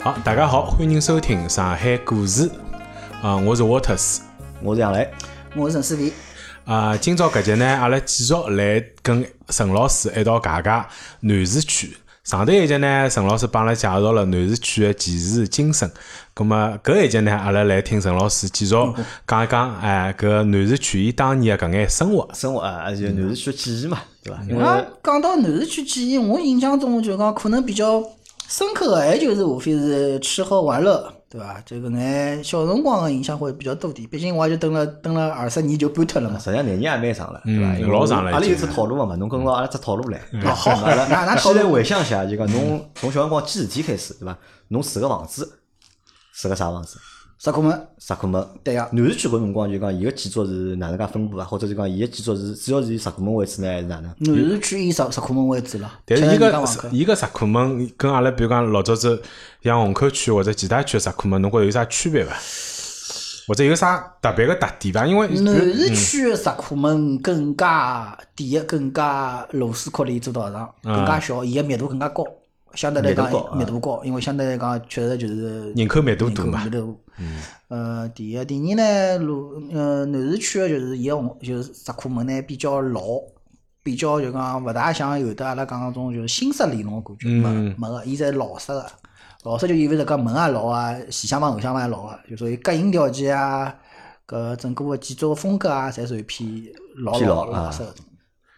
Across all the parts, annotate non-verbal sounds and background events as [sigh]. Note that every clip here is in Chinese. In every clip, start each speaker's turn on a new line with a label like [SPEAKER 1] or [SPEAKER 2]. [SPEAKER 1] 好，大家好，欢迎收听《上海故事》啊、我是 Waters
[SPEAKER 2] 我哎是杨磊，
[SPEAKER 3] 我是陈思维，
[SPEAKER 1] 啊、今朝搿集呢，阿拉继续来跟陈老师一道解解南市区。上头一集呢，陈老师帮阿拉介绍了南市区的奇事精神。咁么搿一集呢，阿拉来听陈老师继续讲一讲，哎，搿南市区伊当年的搿眼生活。
[SPEAKER 2] 生活啊，就南市区记忆嘛，对伐？因为
[SPEAKER 3] 啊，讲到南市区记忆，我印象中就讲可能比较深刻的，还就是无非是吃喝玩乐，对伐？就搿眼小辰光的印象会比较多点，毕竟我也就蹲了蹲了二十年就搬脱了嘛。
[SPEAKER 2] 实际上年纪也蛮长了，对伐？
[SPEAKER 1] 嗯
[SPEAKER 2] 因为
[SPEAKER 1] 老长了已经
[SPEAKER 2] 阿拉有只套路嘛嘛，侬跟牢阿拉只套路来。 [laughs]
[SPEAKER 3] 哦好
[SPEAKER 2] 阿拉
[SPEAKER 3] 那那套
[SPEAKER 2] 先
[SPEAKER 3] 路
[SPEAKER 2] 来回想一下，就讲侬从小辰光记事体开始，对伐？侬住个房子，住个啥房子？
[SPEAKER 3] 石库门，
[SPEAKER 2] 石库门。
[SPEAKER 3] 对呀
[SPEAKER 2] 南市区搿辰光就讲伊个建筑是哪能介分布啊？或者就讲伊个建筑是主要是以石库门为主呢，还是哪能？
[SPEAKER 3] 南市区以石石库门为主了。
[SPEAKER 1] 但是
[SPEAKER 3] 吃
[SPEAKER 1] 伊
[SPEAKER 3] 人家
[SPEAKER 1] 个
[SPEAKER 3] 房客
[SPEAKER 1] 伊个石库门跟阿拉比如讲老早子像虹口区或者其他区的石库门，侬觉着有啥区别伐？或者有啥特别个特点伐？因为
[SPEAKER 3] 南市区的石库门更加第一，更加螺丝壳里做道场，
[SPEAKER 1] 嗯
[SPEAKER 3] 更加小，伊个密度更加高，相对来讲
[SPEAKER 2] 密度高啊
[SPEAKER 3] 密度高，因为相对来讲确实就是
[SPEAKER 1] 人口密度
[SPEAKER 3] 人
[SPEAKER 1] 大
[SPEAKER 3] 口
[SPEAKER 1] 嘛
[SPEAKER 3] 密，度大。
[SPEAKER 2] 嗯
[SPEAKER 3] 呃，第一，第二呢，路呃南市区的就是伊个红就是石库门呢比较老，比较就讲勿大像有的阿拉讲那种就是新式里弄的感觉，
[SPEAKER 2] 嗯
[SPEAKER 3] 没没个，伊侪老式个。老式就意味着讲门也老啊，前厢房后厢房也老啊，就属于隔音条件啊，搿整个建筑风格啊，侪属于偏老
[SPEAKER 2] 偏
[SPEAKER 3] 老
[SPEAKER 2] 老啊
[SPEAKER 3] 老式搿种。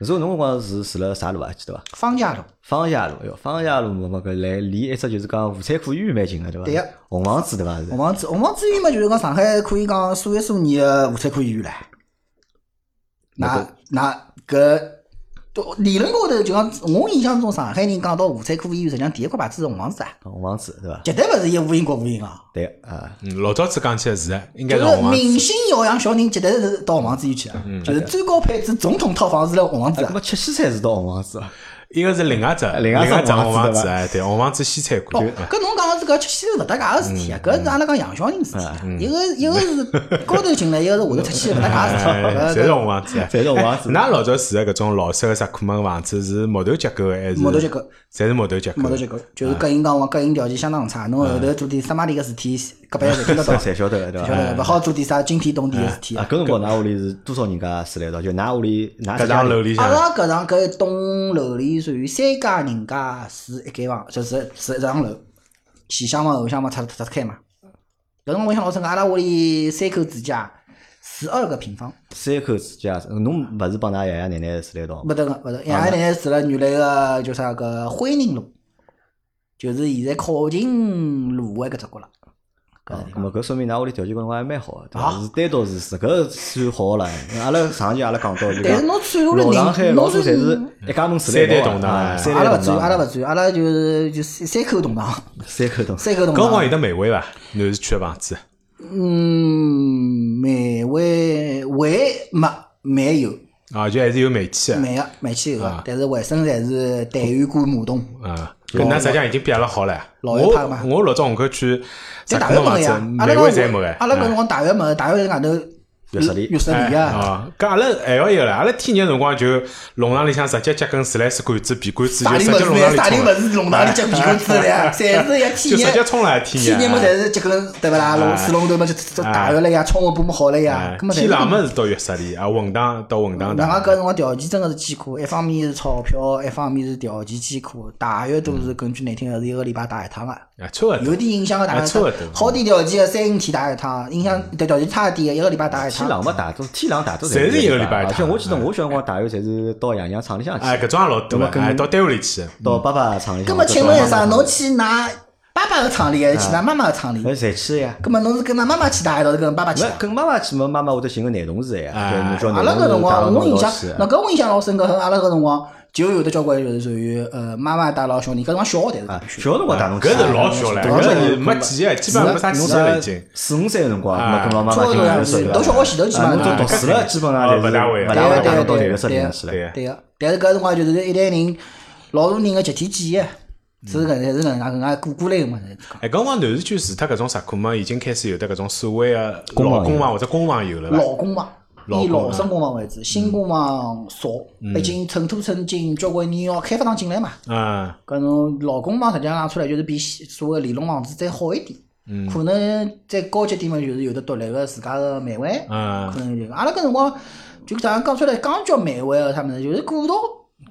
[SPEAKER 2] 那时候侬辰光是住了啥路啊？还记得伐？
[SPEAKER 3] 方家路，
[SPEAKER 2] 方家路，哟，方家路嘛嘛搿来离一只就是讲五彩库医院蛮近个，对伐？
[SPEAKER 3] 对呀
[SPEAKER 2] 红房子对伐？是
[SPEAKER 3] 红房子，红房子医院嘛，就是讲上海可以讲数一数二的妇产科医院唻。那那搿都理论高头就讲，我印象中上海人讲到妇产科医院，实际上第一块牌子是红房子啊，
[SPEAKER 2] 红房子对伐？
[SPEAKER 3] 绝对勿是一个无因国无因啊。
[SPEAKER 2] 对啊，
[SPEAKER 1] 嗯老早子讲起来是，应该
[SPEAKER 3] 就是是
[SPEAKER 1] 红房
[SPEAKER 3] 明
[SPEAKER 1] 子。嗯
[SPEAKER 3] 星摇养小人，绝对是到红房子医院去啊。就是最高配置总统套房是辣红房子
[SPEAKER 2] 啊，
[SPEAKER 3] 啊
[SPEAKER 2] 那。么吃西餐是到红房子 [laughs] 伐？
[SPEAKER 1] 一个是另外只，
[SPEAKER 2] 另外
[SPEAKER 1] 外
[SPEAKER 2] 只
[SPEAKER 1] 只红
[SPEAKER 2] 红
[SPEAKER 1] 房
[SPEAKER 2] 房
[SPEAKER 1] 子，
[SPEAKER 2] 子
[SPEAKER 1] 哎，对，红房子西餐
[SPEAKER 3] 哦
[SPEAKER 1] 馆。，
[SPEAKER 3] 搿侬讲的是搿吃西头勿搭界个事
[SPEAKER 1] 嗯
[SPEAKER 3] 体啊，搿是阿拉讲养小人事体，啊一个一个是高头进来，一个是下头出去勿搭
[SPEAKER 1] [laughs] 哎，
[SPEAKER 3] 界 [laughs] 个事
[SPEAKER 1] 侪
[SPEAKER 3] 体。啊
[SPEAKER 1] 是
[SPEAKER 3] 搿
[SPEAKER 1] 红房子。哎
[SPEAKER 2] 侪是红房子
[SPEAKER 1] 㑚老早住的搿种老式的石库门房子是木头结构的还是？
[SPEAKER 3] 木头结构。
[SPEAKER 1] 侪是木头结构。
[SPEAKER 3] 木头结构，就是隔音讲话，隔音条件相当差。侬后头做点什么地个事体，搿辈侪听得到，
[SPEAKER 2] [laughs] 侪
[SPEAKER 3] 晓
[SPEAKER 2] 侪晓得对伐？
[SPEAKER 3] 得勿好做点啥惊天动地个事体
[SPEAKER 2] 啊，。搿辰光㑚屋里是多少人家住了一道？就㑚屋里㑚
[SPEAKER 1] 搿
[SPEAKER 2] 自
[SPEAKER 1] 幢
[SPEAKER 2] 家
[SPEAKER 1] 楼里向
[SPEAKER 3] 阿，拉搿幢搿一栋楼里属于三家人家住一间房，就是住一幢楼，前厢房后厢房拆拆拆开嘛。搿辰光我印象老深刻，阿拉屋里三口之家十二个平方，
[SPEAKER 2] 三口之家，嗯侬勿是帮㑚爷爷奶奶住了一道吗？
[SPEAKER 3] 勿得个勿得，爷爷奶奶住辣原来个叫啥个辉宁路，就是现在靠近卢湾搿只角了。搿
[SPEAKER 2] 啊
[SPEAKER 3] 个地，
[SPEAKER 2] 那
[SPEAKER 3] 方
[SPEAKER 2] 么搿说明㑚屋里条件搿辰光还蛮好的，对伐？
[SPEAKER 3] 啊
[SPEAKER 2] 是单独是住，搿算好个了。嗯阿拉上期阿拉讲到就
[SPEAKER 3] 但是
[SPEAKER 2] 讲，
[SPEAKER 3] 侬算下来
[SPEAKER 2] 老
[SPEAKER 3] 人
[SPEAKER 2] 上海老
[SPEAKER 3] 侬
[SPEAKER 2] 多
[SPEAKER 3] 是
[SPEAKER 2] 侪是一家门住了
[SPEAKER 1] 三
[SPEAKER 2] 一
[SPEAKER 1] 代
[SPEAKER 2] 道
[SPEAKER 1] 同
[SPEAKER 2] 的
[SPEAKER 1] 堂
[SPEAKER 2] 啊，三
[SPEAKER 3] 阿
[SPEAKER 2] 代
[SPEAKER 3] 拉
[SPEAKER 2] 同
[SPEAKER 3] 勿
[SPEAKER 2] 堂，
[SPEAKER 3] 转，
[SPEAKER 2] 啊
[SPEAKER 3] 阿拉勿转，阿拉就是就三三口同堂，
[SPEAKER 2] 三口同堂。
[SPEAKER 3] 三口同
[SPEAKER 1] 搿辰光
[SPEAKER 3] 堂
[SPEAKER 1] 有。得美味伐？南市区的房子，
[SPEAKER 3] 嗯，煤味胃没煤有，
[SPEAKER 1] 啊，就还是有煤气的。
[SPEAKER 3] 煤个煤气有个，但是卫生侪是痰盂管马桶。
[SPEAKER 1] 啊，搿㑚实际上已经比阿拉好了。
[SPEAKER 3] 老
[SPEAKER 1] 我
[SPEAKER 3] 一派嘛
[SPEAKER 1] 我老早虹口区石
[SPEAKER 3] 在大
[SPEAKER 1] 库
[SPEAKER 3] 学
[SPEAKER 1] 门房子，
[SPEAKER 3] 没个呀，阿
[SPEAKER 1] 每
[SPEAKER 3] 拉
[SPEAKER 1] 位
[SPEAKER 3] 搿
[SPEAKER 1] 侪
[SPEAKER 3] 辰
[SPEAKER 1] 没
[SPEAKER 3] 光
[SPEAKER 1] 个。
[SPEAKER 3] 阿拉搿辰光大学没，大学是外头
[SPEAKER 2] 浴室里
[SPEAKER 3] 浴室里
[SPEAKER 1] 哎哦，
[SPEAKER 3] 啊，
[SPEAKER 1] 搿阿拉还要有了，阿拉天热辰光就弄堂里向直接接根自来水管子、皮管子，
[SPEAKER 3] 啥
[SPEAKER 1] 就
[SPEAKER 3] 人
[SPEAKER 1] 直
[SPEAKER 3] 勿
[SPEAKER 1] 接弄
[SPEAKER 3] 是，啥
[SPEAKER 1] 堂里
[SPEAKER 3] 人
[SPEAKER 1] 冲了，
[SPEAKER 3] 勿是弄堂里接屁股子的呀，侪是一
[SPEAKER 1] 就
[SPEAKER 3] 体
[SPEAKER 1] 直接
[SPEAKER 3] 验。
[SPEAKER 1] 冲了
[SPEAKER 3] 体
[SPEAKER 1] 天
[SPEAKER 3] 验
[SPEAKER 1] 热
[SPEAKER 3] 嘛，
[SPEAKER 1] 哎
[SPEAKER 3] 侪是结棍对勿啦？
[SPEAKER 1] 哎
[SPEAKER 3] 弄水龙头嘛，就就打浴了呀，冲个布么好了呀
[SPEAKER 1] 哎，
[SPEAKER 3] 啊根本侪
[SPEAKER 1] 天
[SPEAKER 3] 是
[SPEAKER 1] 冷么是到浴室里，啊，混堂到混堂
[SPEAKER 3] 人家搿
[SPEAKER 1] 打。
[SPEAKER 3] 辰光条件真个是艰苦，一方面是钞票，一方面是条件艰苦。大约都
[SPEAKER 1] 嗯
[SPEAKER 3] 是根据难听个是一个礼拜打一趟个，
[SPEAKER 1] 啊，差勿
[SPEAKER 3] 有
[SPEAKER 1] 多。
[SPEAKER 3] 点影响个打
[SPEAKER 1] 哎
[SPEAKER 3] 一
[SPEAKER 1] 差
[SPEAKER 3] 趟
[SPEAKER 1] 勿多，嗯
[SPEAKER 3] 好点条件个三五天打一趟，影响条条件差一点个一个礼拜打一
[SPEAKER 2] 天
[SPEAKER 3] 趟。
[SPEAKER 2] 冷嘛，大多天冷大多
[SPEAKER 1] 侪是一个礼拜一
[SPEAKER 2] 啊而且
[SPEAKER 1] 趟
[SPEAKER 2] 我记得
[SPEAKER 1] 哎
[SPEAKER 2] 我小辰光大约侪是到爷娘厂里向去，
[SPEAKER 1] 哎，搿种也老多
[SPEAKER 2] 那么
[SPEAKER 1] 个，
[SPEAKER 2] 跟
[SPEAKER 1] 哎，到单位里去。
[SPEAKER 2] 到爸爸厂里向。
[SPEAKER 3] 葛末请问一下，
[SPEAKER 2] 到
[SPEAKER 3] 侬去㑚爸爸个厂
[SPEAKER 1] 嗯
[SPEAKER 3] 里还是去㑚妈妈个厂里
[SPEAKER 1] 哎
[SPEAKER 2] 呃？侪去呀？
[SPEAKER 3] 葛末侬是跟㑚妈妈去打，还是跟爸爸去
[SPEAKER 2] 那
[SPEAKER 3] 打？
[SPEAKER 2] 跟妈妈去嘛，妈妈会得寻个男同事呀，
[SPEAKER 1] 哎
[SPEAKER 2] 对，侬叫
[SPEAKER 3] 啊阿
[SPEAKER 2] 男
[SPEAKER 3] 拉搿
[SPEAKER 2] 同
[SPEAKER 3] 辰
[SPEAKER 2] 事啊带侬
[SPEAKER 3] 光，我印
[SPEAKER 2] 一
[SPEAKER 3] 象
[SPEAKER 2] 道去，
[SPEAKER 3] 那搿我印象老深刻。阿拉搿辰光就有的交关就是属于呃妈妈带牢小人，搿辰光小学但
[SPEAKER 2] 啊
[SPEAKER 3] 是。
[SPEAKER 2] 小辰光带侬去
[SPEAKER 1] 搿
[SPEAKER 2] 啊，
[SPEAKER 1] 是老小了，
[SPEAKER 2] 对吧
[SPEAKER 1] 搿是没记忆的，基本上没啥记
[SPEAKER 2] 侬
[SPEAKER 1] 忆
[SPEAKER 2] 啥
[SPEAKER 1] 了已经。
[SPEAKER 2] 四五岁个辰光，
[SPEAKER 1] 哎
[SPEAKER 2] 没跟妈妈
[SPEAKER 3] 差
[SPEAKER 2] 妈
[SPEAKER 3] 不
[SPEAKER 2] 进
[SPEAKER 3] 多
[SPEAKER 2] 南
[SPEAKER 3] 呀，
[SPEAKER 2] 去
[SPEAKER 3] 是
[SPEAKER 2] 了，
[SPEAKER 3] 都小学前头去嘛，
[SPEAKER 2] 啊
[SPEAKER 3] 侬
[SPEAKER 2] 侬
[SPEAKER 3] 懂
[SPEAKER 2] 都读书了，基本上
[SPEAKER 1] 哦
[SPEAKER 2] 侪是
[SPEAKER 1] 勿大会
[SPEAKER 2] 勿大会
[SPEAKER 3] 啊对
[SPEAKER 2] 带侬到
[SPEAKER 3] 对
[SPEAKER 2] 男个室里
[SPEAKER 3] 对啊
[SPEAKER 2] 向去了。
[SPEAKER 1] 对
[SPEAKER 3] 对个，但是搿辰光就是一代人，老多人个集体记忆，是搿能是搿能介搿能介过过来个嘛。
[SPEAKER 1] 哎，搿辰光南市区除脱搿种石库门，已经开始有得搿种所谓的
[SPEAKER 2] 公
[SPEAKER 1] 老
[SPEAKER 2] 房
[SPEAKER 1] 公
[SPEAKER 2] 有
[SPEAKER 1] 房或者公房有了伐？
[SPEAKER 3] 老公嘛，
[SPEAKER 1] 老
[SPEAKER 3] 以老
[SPEAKER 2] 啊
[SPEAKER 1] 公
[SPEAKER 3] 式工厂为主，新工厂少，
[SPEAKER 2] 嗯
[SPEAKER 3] 毕竟寸土寸金，交关人哦要开发商进来嘛。
[SPEAKER 1] 嗯
[SPEAKER 3] 搿种老工房实际上讲出来就是比所谓联动房子再好一点，
[SPEAKER 2] 嗯
[SPEAKER 3] 可能再高级点嘛，就是有的独立个自家个漫绘，
[SPEAKER 1] 嗯
[SPEAKER 2] 啊
[SPEAKER 3] 可能就阿拉搿辰光就搿样讲出来，刚叫漫绘个啥物事，就是古道，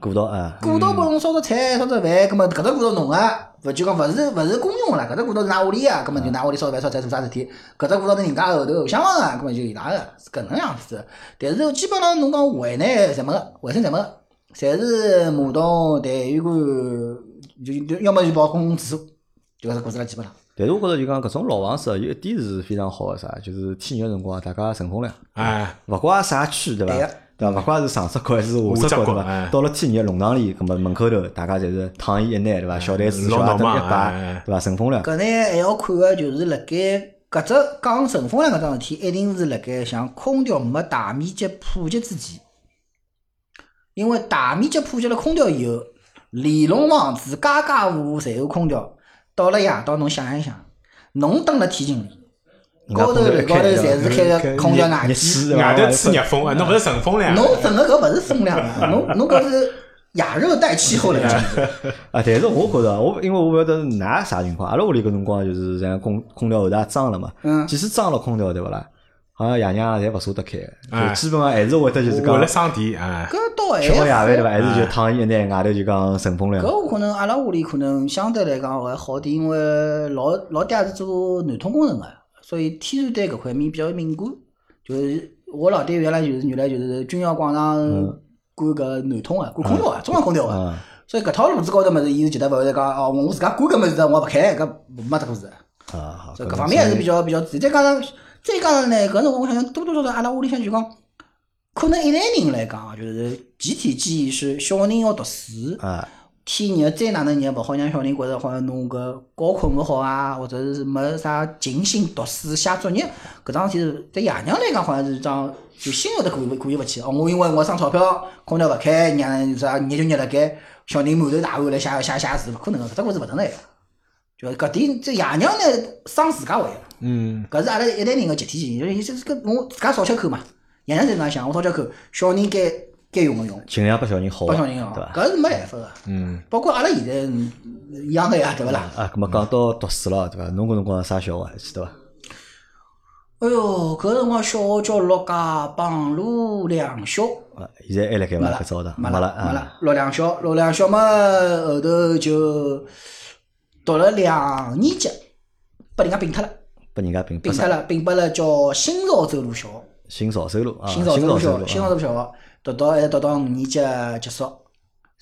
[SPEAKER 2] 过道啊，
[SPEAKER 3] 古道拨侬烧烧菜、烧烧饭，搿么搿只古道侬个，勿就讲勿是勿是公用个啦，搿只古道是㑚屋里个，搿么就㑚屋里烧饭烧菜做啥事体，搿只古道是人家后头后厢房个，搿啊么就伊拉个，是搿能样子。但是基本上侬讲淮南侪没个，淮山侪没个，侪是马桶、痰盂馆，就就要么就包括公共厕所，就搿只故事了基本上。
[SPEAKER 2] 但是我觉着就讲搿种老房子啊有一点是非常好个啥，就是天热辰光大家乘风凉，
[SPEAKER 1] 哎，
[SPEAKER 2] 勿怪啥区对伐
[SPEAKER 3] 对个？
[SPEAKER 2] 对伐？勿怪是上只角还是
[SPEAKER 1] 下
[SPEAKER 2] 下只
[SPEAKER 1] 只角
[SPEAKER 2] 角对伐
[SPEAKER 1] 哎？
[SPEAKER 2] 到了天热弄堂里，搿么门口头大家侪是躺椅一拿对
[SPEAKER 1] 哎
[SPEAKER 2] 伐？小台子、
[SPEAKER 1] 老
[SPEAKER 2] 小
[SPEAKER 1] 闹
[SPEAKER 2] 矮凳
[SPEAKER 1] 忙
[SPEAKER 2] 一
[SPEAKER 1] 哎哎
[SPEAKER 2] 摆对伐？乘风凉，
[SPEAKER 3] 搿呢还要看个就是辣盖搿只讲乘风凉搿桩事体，一定是辣盖像空调没大面积普及之前，因为大面积普及了空调以后，联动房子家家户户侪有空调。到了夜到，侬想一想，侬蹲辣天井里，
[SPEAKER 2] 人家
[SPEAKER 3] 高头
[SPEAKER 2] 空调在
[SPEAKER 3] 高头
[SPEAKER 2] 开
[SPEAKER 3] 侪是开个空调外
[SPEAKER 2] 热
[SPEAKER 3] 机，
[SPEAKER 2] 气对伐
[SPEAKER 1] 外？头吹热风
[SPEAKER 3] 哎
[SPEAKER 1] 啊，侬勿是乘风凉，
[SPEAKER 3] 侬整个搿勿是风凉啊，侬侬搿是亚热带气
[SPEAKER 2] [laughs]
[SPEAKER 3] 候了。
[SPEAKER 2] 啊，但是我觉着，我因为我勿晓得是㑚啥情况，阿拉屋里搿辰光就是像空空调后头也装了嘛，
[SPEAKER 3] 嗯
[SPEAKER 2] 即使装了空调对勿啦，好像爷娘侪勿舍得开，
[SPEAKER 1] 哎
[SPEAKER 2] 就基本上还是会得就是
[SPEAKER 1] 为了
[SPEAKER 2] 讲
[SPEAKER 1] 省电啊，
[SPEAKER 3] 搿倒还
[SPEAKER 2] 吃
[SPEAKER 3] 好
[SPEAKER 2] 好夜饭对伐？还
[SPEAKER 1] 哎
[SPEAKER 2] 是就躺一拿外头就讲乘风凉，
[SPEAKER 3] 搿我可能阿拉屋里可能相对来讲还好点，因为老老爹是做南通工程个，所以天然对搿块面比较敏感。就是我老爹原来就是原来就是军校广场管搿南通个，管空调个，中央空调个
[SPEAKER 2] 嗯，
[SPEAKER 3] 所以搿套路子高头物事，伊是绝对勿会讲哦，我自家管搿物事，我勿开，搿没得故事。
[SPEAKER 2] 啊，好
[SPEAKER 3] 所以搿方面还是比较比较自然。再加上再加上呢，搿辰光我想想多多少少阿拉屋里向就讲，可能一代人来讲啊，就是集体记忆是小人要读书。
[SPEAKER 2] 啊，
[SPEAKER 3] 天热再哪能热，勿好让小人觉着好像侬搿觉困勿好啊，或者是没啥静心读书写作业，搿桩事体是对爷娘来讲好像是一桩就心后头过意过意勿去。哦，我因为我省钞票，空调勿开，让啥热就热辣盖，小人满头大汗来写写写字，勿可能个，搿只故事勿存在个。就搿点，这爷娘呢伤自家胃了。
[SPEAKER 1] 嗯，
[SPEAKER 3] 搿是阿拉一代人个集体记忆，就是伊这搿我自家少吃口嘛，爷娘侪搿能想，我少吃口，小人该该用个用，
[SPEAKER 2] 尽量拨小人好
[SPEAKER 3] 拨
[SPEAKER 2] 的，
[SPEAKER 3] 小人
[SPEAKER 2] 对
[SPEAKER 3] 哦，
[SPEAKER 2] 伐？
[SPEAKER 3] 搿是没办法个。
[SPEAKER 1] 嗯，
[SPEAKER 3] 包括阿拉现在嗯一样个呀，对勿啦？
[SPEAKER 2] 啊，搿么讲到读书了对伐？侬搿辰光啥小学还啊记得伐？
[SPEAKER 3] 哎哟，搿辰光小学叫陆家浜陆两小，
[SPEAKER 2] 啊，现在还辣盖
[SPEAKER 3] 没
[SPEAKER 2] 伐？
[SPEAKER 3] 了
[SPEAKER 2] 搿早堂
[SPEAKER 3] 没
[SPEAKER 2] 了
[SPEAKER 3] 了没
[SPEAKER 2] 啊，
[SPEAKER 3] 了，陆两小陆两小嘛，后头就读了两年级，被人家并脱了，
[SPEAKER 2] 拨人家并
[SPEAKER 3] 并
[SPEAKER 2] 拨
[SPEAKER 3] 脱
[SPEAKER 2] 啥？
[SPEAKER 3] 了，并拨了叫新潮州路小学，
[SPEAKER 2] 新潮州路啊，
[SPEAKER 3] 新
[SPEAKER 2] 新
[SPEAKER 3] 潮州
[SPEAKER 2] 潮州
[SPEAKER 3] 路小学，
[SPEAKER 2] 路，
[SPEAKER 3] 新潮州路小学，读到一直读到五年级结束。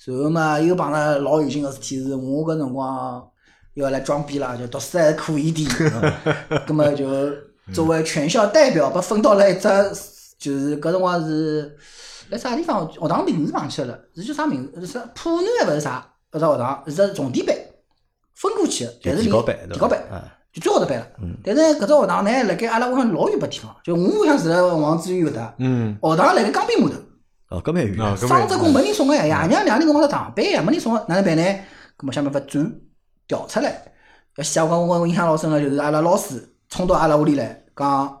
[SPEAKER 3] 然后嘛，又碰着老有劲个事体是，我搿辰光要来装逼啦，就读书还可
[SPEAKER 2] [laughs]
[SPEAKER 3] 以点，嗯葛么就作为全校代表被分到了一只，就是搿辰光是辣啥地方学堂名字忘记了，是叫啥名字？是浦南还勿是啥？搿只学堂是只重点班分过去的，但是
[SPEAKER 2] 提
[SPEAKER 3] 离
[SPEAKER 2] 高班对伐？
[SPEAKER 3] 提高班。
[SPEAKER 2] 啊
[SPEAKER 3] 就最好的班了。但是搿只学堂呢，辣盖阿拉屋向老远个地方，就我屋向住辣王志远搿搭，
[SPEAKER 1] 嗯，
[SPEAKER 3] 学堂辣盖江边码头。
[SPEAKER 2] 哦，搿蛮远
[SPEAKER 1] 啊，
[SPEAKER 2] 啊，
[SPEAKER 1] 搿
[SPEAKER 3] 双职工
[SPEAKER 1] 么，
[SPEAKER 3] 没人送嗯个呀，爷娘两人辰光在上班呀，没人送个，哪能办呢？搿么想办法转调出来。要写我讲我印象老深个就是阿拉老师冲到阿拉屋里来讲。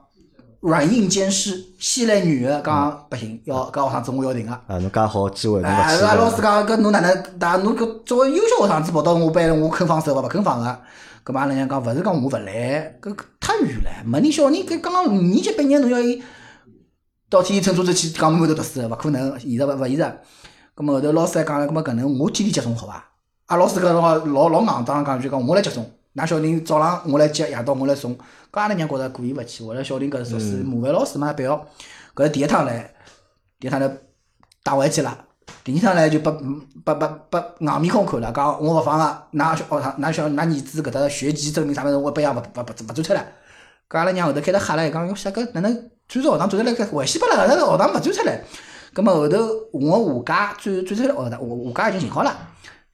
[SPEAKER 3] 软硬兼施，先来女个讲不行，要搿学生子我要停个。
[SPEAKER 2] 啊，侬介好机会侬勿
[SPEAKER 3] 哎，
[SPEAKER 2] 去啊
[SPEAKER 3] 阿拉老师
[SPEAKER 2] 对伐，
[SPEAKER 3] 讲，搿侬哪能？大侬搿作为优秀学生子跑到我班，我肯放手伐？勿肯放个。搿嘛，阿拉娘讲，勿是讲我勿来，搿搿太远了。没人小人搿刚刚五年级毕业，侬要伊到天天乘车子去江门头读书，勿可能，现实勿勿现实。葛末后头老师还讲了，葛末搿能我天天接送好伐？阿拉老师搿辰光老老硬当讲就讲我来接送，㑚小人早浪我来接，夜到我来送。搿阿拉娘觉着过意勿去，为了小人搿属是麻烦老师嘛，必要。搿是第一趟来，第一趟来打回去了。第二趟来就把把把把硬面孔看了，讲我勿放个，㑚小哦㑚小㑚儿子搿搭学籍证明啥物事，我不样勿勿勿勿做出来。搿阿拉娘后头开头吓了，伊讲哟，啥搿哪能转到学堂转出来搿回去拨拉搿学堂勿转出来？葛末后头我下家转转出来学堂，我下家已经寻好了，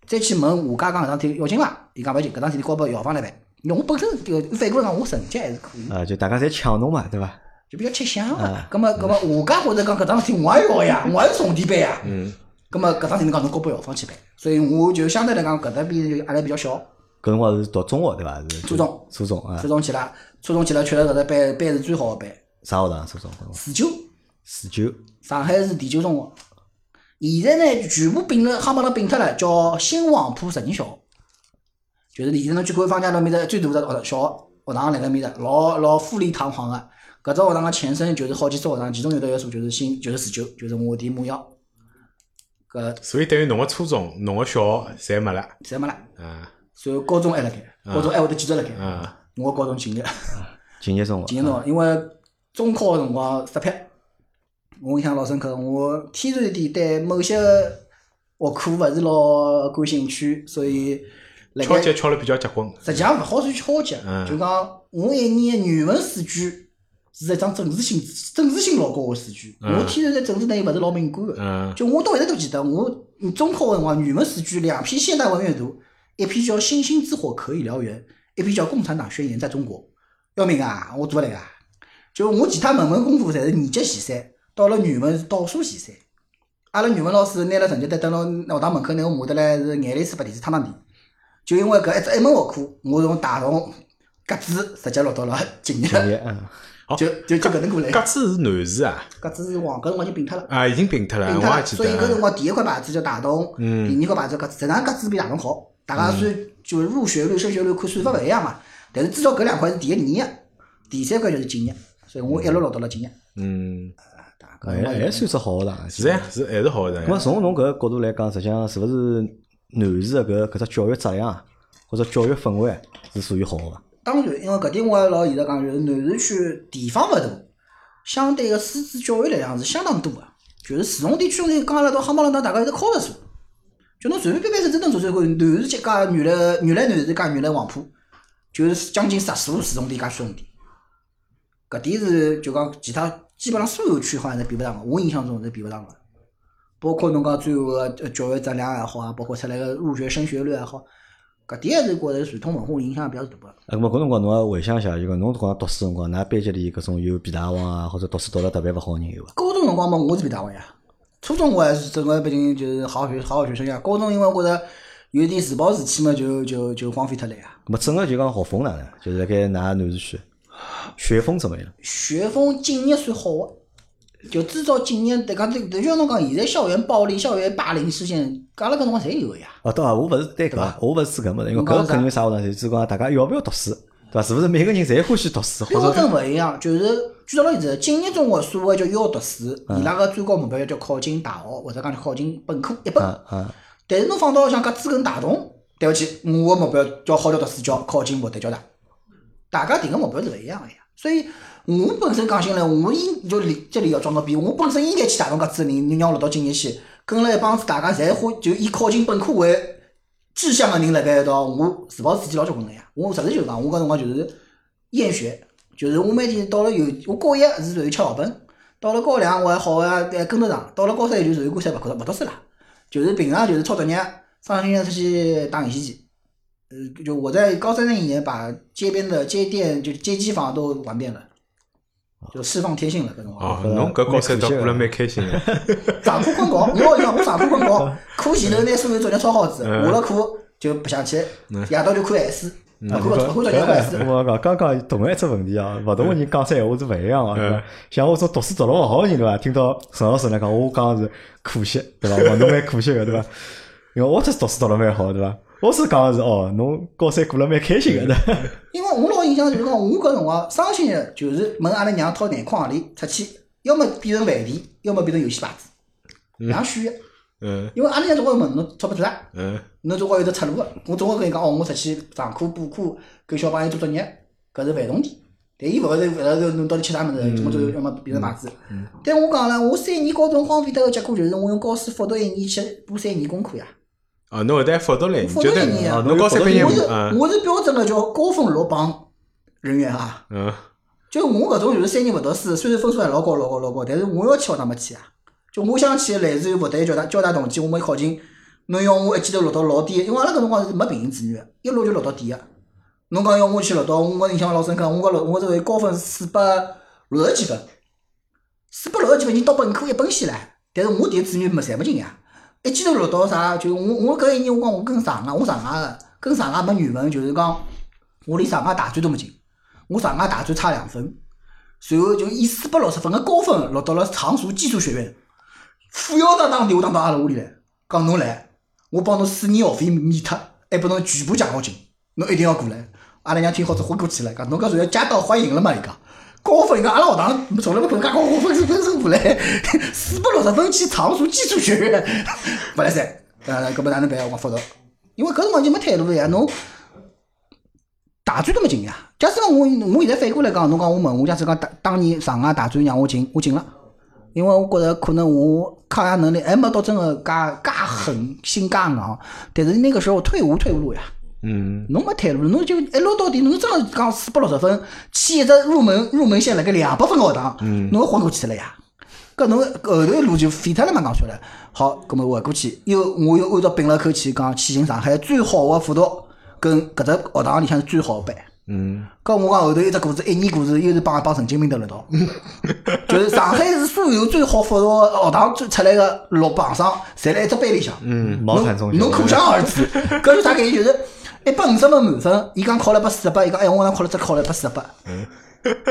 [SPEAKER 3] 再去问下家讲搿桩事体要紧伐？伊讲勿要紧，搿桩事体交拨校方来办。因为我本身就反过来讲，我成绩还是可以，
[SPEAKER 2] 啊，就大家侪抢侬嘛，对伐？
[SPEAKER 3] 就比较吃香啊个。葛末葛末下家或者讲搿桩事体我也要呀，我也是重点班呀。
[SPEAKER 1] 嗯，
[SPEAKER 3] 咁么搿桩事体侬讲侬交拨校方去办，所以我就相对来讲搿搭边就压力比较小。
[SPEAKER 2] 搿辰光是读中学对伐？是
[SPEAKER 3] 初中，
[SPEAKER 2] 初中啊
[SPEAKER 3] 初，中去了，初中去了，确实搿只班班是最好个班，
[SPEAKER 2] 啥学堂？初中搿辰光
[SPEAKER 3] 四九
[SPEAKER 2] 四九，
[SPEAKER 3] 上海是第九中学。现在呢，全部并了，夯帮啷并脱了，叫新黄埔实验小学。就是现在侬去看方家路面搭最大的学小学堂辣盖面搭，老老富丽堂皇个。搿只学堂个前身就是好几所学堂，其中有得一所就是新，就是四九，就是我弟母校。搿
[SPEAKER 1] 嗯所以对于侬个初中、侬个小学，侪没了，
[SPEAKER 3] 侪没了，
[SPEAKER 1] 啊
[SPEAKER 3] 所以高中还辣盖，高中还会得继续辣盖。
[SPEAKER 1] 啊
[SPEAKER 3] 我高中进业，
[SPEAKER 2] 锦业中学，
[SPEAKER 3] 进业中
[SPEAKER 1] 嗯
[SPEAKER 3] 学，因为中考个辰光失败，我印象老深刻。我天然点对某些学科勿是老感兴趣，所以辣
[SPEAKER 1] 敲
[SPEAKER 3] 盖
[SPEAKER 1] 击敲了比较结棍，
[SPEAKER 3] 实际上勿好算敲击
[SPEAKER 1] 嗯，
[SPEAKER 3] 就讲我一年的语文试卷是一张政治性政治性老高个试卷，
[SPEAKER 1] 嗯
[SPEAKER 3] 我天然对政治呢又勿是老敏感个，
[SPEAKER 1] 嗯
[SPEAKER 3] 就我到现在都记得，我中考个辰光语文试卷两篇现代文阅读，一篇叫《星星之火可以燎原》，一篇叫《共产党宣言在中国》，要命啊！我做勿来啊！就我其他文文功夫侪是年级前三，到了语文是倒数前三。阿拉语文老师拿了成绩单登到学堂门口，拿我骂得来是眼泪水白地是汤汤地。就因为搿一只一门学科，我从大同格子直接落到了锦业，
[SPEAKER 2] 锦业啊，
[SPEAKER 3] 就就就搿能过来。
[SPEAKER 1] 格子是男士啊，
[SPEAKER 3] 格子是黄，搿辰光已经并脱了，
[SPEAKER 1] 啊已经并脱了，
[SPEAKER 3] 并
[SPEAKER 1] 我
[SPEAKER 3] 脱
[SPEAKER 1] 也
[SPEAKER 3] 了。
[SPEAKER 1] 记
[SPEAKER 3] 所以搿辰
[SPEAKER 1] 得，
[SPEAKER 3] 光第一块牌子叫大同，
[SPEAKER 1] 嗯
[SPEAKER 3] 第二块牌子叫格子，实际上格子比大同好，大家算就是入学率、升学率看算法勿一样嘛。但是至少搿两块是第一、第二，第三块就是锦业，所以我一路落到了锦业。
[SPEAKER 1] 嗯，
[SPEAKER 3] 大概
[SPEAKER 2] 哎，还算只好学堂。
[SPEAKER 1] 是呀，是啊还是好的
[SPEAKER 2] 咁，
[SPEAKER 3] 嗯
[SPEAKER 2] 么从侬搿个角度来讲，实际上是勿是男士的搿搿只教育质量啊，或者教育氛围是属于好个伐？
[SPEAKER 3] 当然，因为搿点我也老现在讲，就是南市区地方勿大，相对个师资教育力量是相当多个。啊就是市重地区，侬讲了到夯巴啷当，大家有得考得数，就侬随便翻翻手指头查查看，南市街加原来原来南市街加原来黄埔，就是将近十所市重点加区重点。搿点是就讲其他基本上所有区好像侪比勿上个，我印象中是比勿上个。包括侬讲最后个呃教育质量也好啊，包括出来个入学升学率也好，搿点还是觉着传统文化影响比较大个。
[SPEAKER 2] 啊，咁么搿辰光侬也回想一下，就讲侬光读书辰光，㑚班级里搿种有比大王啊，或者读书读了特别勿好的人有伐？
[SPEAKER 3] 高中辰光嘛，我是比大学呀。初中我还是整个毕竟就是好好学好好学生呀。高中因为我觉着有点自暴自弃嘛，就就就荒废脱了呀。
[SPEAKER 2] 咁么整个就讲学风哪能？就是辣盖㑚南市区学风怎么样？
[SPEAKER 3] 学风敬业算好个，就至少敬业。对讲对，就像侬讲，现在校园暴力、校园霸凌事件，阿拉搿辰光侪有个呀。
[SPEAKER 2] 哦，对啊，我勿是对搿，我勿是指搿么的，因为
[SPEAKER 3] 侬讲
[SPEAKER 2] 搿
[SPEAKER 3] 啥
[SPEAKER 2] 肯定啥学堂，就是讲大家要勿要读书，对伐？是勿是每个人侪欢喜读书，
[SPEAKER 3] 标
[SPEAKER 2] 或者
[SPEAKER 3] 准勿一样，就是举到了现在，敬业中学所谓叫要读书，
[SPEAKER 2] 嗯
[SPEAKER 3] 伊拉个最高目标要叫考进大学，或者讲叫考进本科一本。
[SPEAKER 2] 啊啊，
[SPEAKER 3] 但是侬放到像格子跟大同，对勿起，我个目标叫好叫读书叫考进复旦交大，大家定个目标是勿一样个呀。所以我本身讲心里，我应就理这里要装个逼，我本身应该去大同格子的人，你让我落到敬业去，跟了一帮子大家侪欢，就以考进本科为志向个人辣盖一道，我自暴自弃老结棍个呀。我实事求是讲，我搿辰光就是厌学，就是我每天到了有我高一是属于吃老本，到了高两我还好啊，还跟得上，到了高三就属于干脆勿读勿读书啦。就是平常就是抄作业，上星期出去打游戏机。呃，就我在高三那一年，把街边的街店就是街机房都玩遍了，就释放天性了，搿种
[SPEAKER 1] 哦
[SPEAKER 3] 啊。，
[SPEAKER 1] 侬搿高三倒过了蛮开心的，
[SPEAKER 3] 上课困觉，我讲我上课困觉，课前头拿所有作业抄好子，下了课就白相去，夜到就看闲书，
[SPEAKER 2] 啊
[SPEAKER 3] 勿看勿看作业看闲书。
[SPEAKER 2] 我讲刚刚同一只问题啊，勿同个人讲出闲话是勿一样啊。对伐
[SPEAKER 1] 嗯
[SPEAKER 2] 像我种读书读了勿好个人对伐？听到陈老师来讲，我讲是可惜对伐？我讲侬蛮可惜个对伐？因为我这读书读了蛮好对伐？我是讲是哦，侬高三过了蛮开心个对伐？
[SPEAKER 3] 因为我老印象就是讲，我搿辰光伤心的，就是问阿拉娘掏篮筐里出去，要么变成饭店，要么变成游戏牌子，两选一。
[SPEAKER 1] 嗯
[SPEAKER 3] 因为阿拉娘总归问侬钞票多少，
[SPEAKER 1] 嗯
[SPEAKER 3] 侬总归有得出路个。我总归跟伊讲，哦，我出去上课补课，跟小朋友做作业，搿是饭桶店。但伊勿会得勿晓得侬到底吃啥物
[SPEAKER 1] 嗯
[SPEAKER 3] 事，么就要么变成牌子。但我讲了，我三年高中荒废脱个结果就是，我用高数复读一年去补三年功课呀。
[SPEAKER 1] 哦，侬后头还复读了一年，
[SPEAKER 3] 复
[SPEAKER 1] 就
[SPEAKER 3] 读
[SPEAKER 1] 对
[SPEAKER 3] 一年
[SPEAKER 1] 哦
[SPEAKER 3] 啊
[SPEAKER 1] 侬高三毕业
[SPEAKER 3] 我是
[SPEAKER 1] 嗯
[SPEAKER 3] 我是标准个叫高分落榜人员啊。
[SPEAKER 1] 嗯，
[SPEAKER 3] 就我搿种就是三年勿读书，虽然分数还老高老高老高，但是我要去学堂没去啊。就我想去，类似于复旦、交大、交大同济，我没考进，侬要我一记头落到老低，因为阿拉搿辰光是没平行子女的，一路就落到底个。侬讲要我去落到，我印象老深刻，我搿落我这位高分四百六十几分，四百六十几分已经到本科一本线了，但是我迭子女没侪没进呀。一记头落到啥？就是我我搿一年我讲我跟上海，我上海个，跟上海没缘分，就是讲我连上海大专都没进。我上海大专差两分，随后就以四百六十分个高分落到了常熟技术学院，富摇荡荡地电话打到阿拉屋里来，讲侬来，我帮侬四年学费免脱，还拨侬全部奖学金，侬一定要过来。阿拉娘听好之后昏过去了，讲侬搿属于家道欢迎了嘛？伊讲高分，伊讲阿拉学堂从来没搿能介高分分分数过来，四百六十分去常熟技术学院， [laughs] 勿来三。呃，搿么哪能办？我讲复读，因为搿辰光已经没退路了呀，侬。大专都没进呀。假使讲我我现在反过来讲，侬讲我问我，假使讲当当年上海大专让我进，我进了，因为我觉着可能我抗压能力还没到真个介介狠，心介硬。但是那个时候退无退路呀，
[SPEAKER 1] 嗯，
[SPEAKER 3] 侬没退路，侬就一路到底，侬真个讲四百六十分，去一只入门入门线辣盖两百分个学堂，侬要混过去了呀。搿侬后头一路就废脱了嘛，讲出来。好，搿么回过去，又我又按照秉了口气讲，去寻上海最好个辅导跟搿只学堂里向最好个班。
[SPEAKER 1] 嗯，
[SPEAKER 3] 搿我讲后头一只故事，一年故事又是帮一帮神经病斗了一道，就是上海市所有最好辅导的学堂最出来个六榜上，侪辣一只班里向。
[SPEAKER 2] [laughs] 嗯，毛
[SPEAKER 3] 侬
[SPEAKER 2] 坦中学，
[SPEAKER 3] 侬可想而知，搿就啥概念？就是一百五十分满分，伊讲考了一百四十八，伊讲哎，我哪考了只考了一百四十八。
[SPEAKER 2] 嗯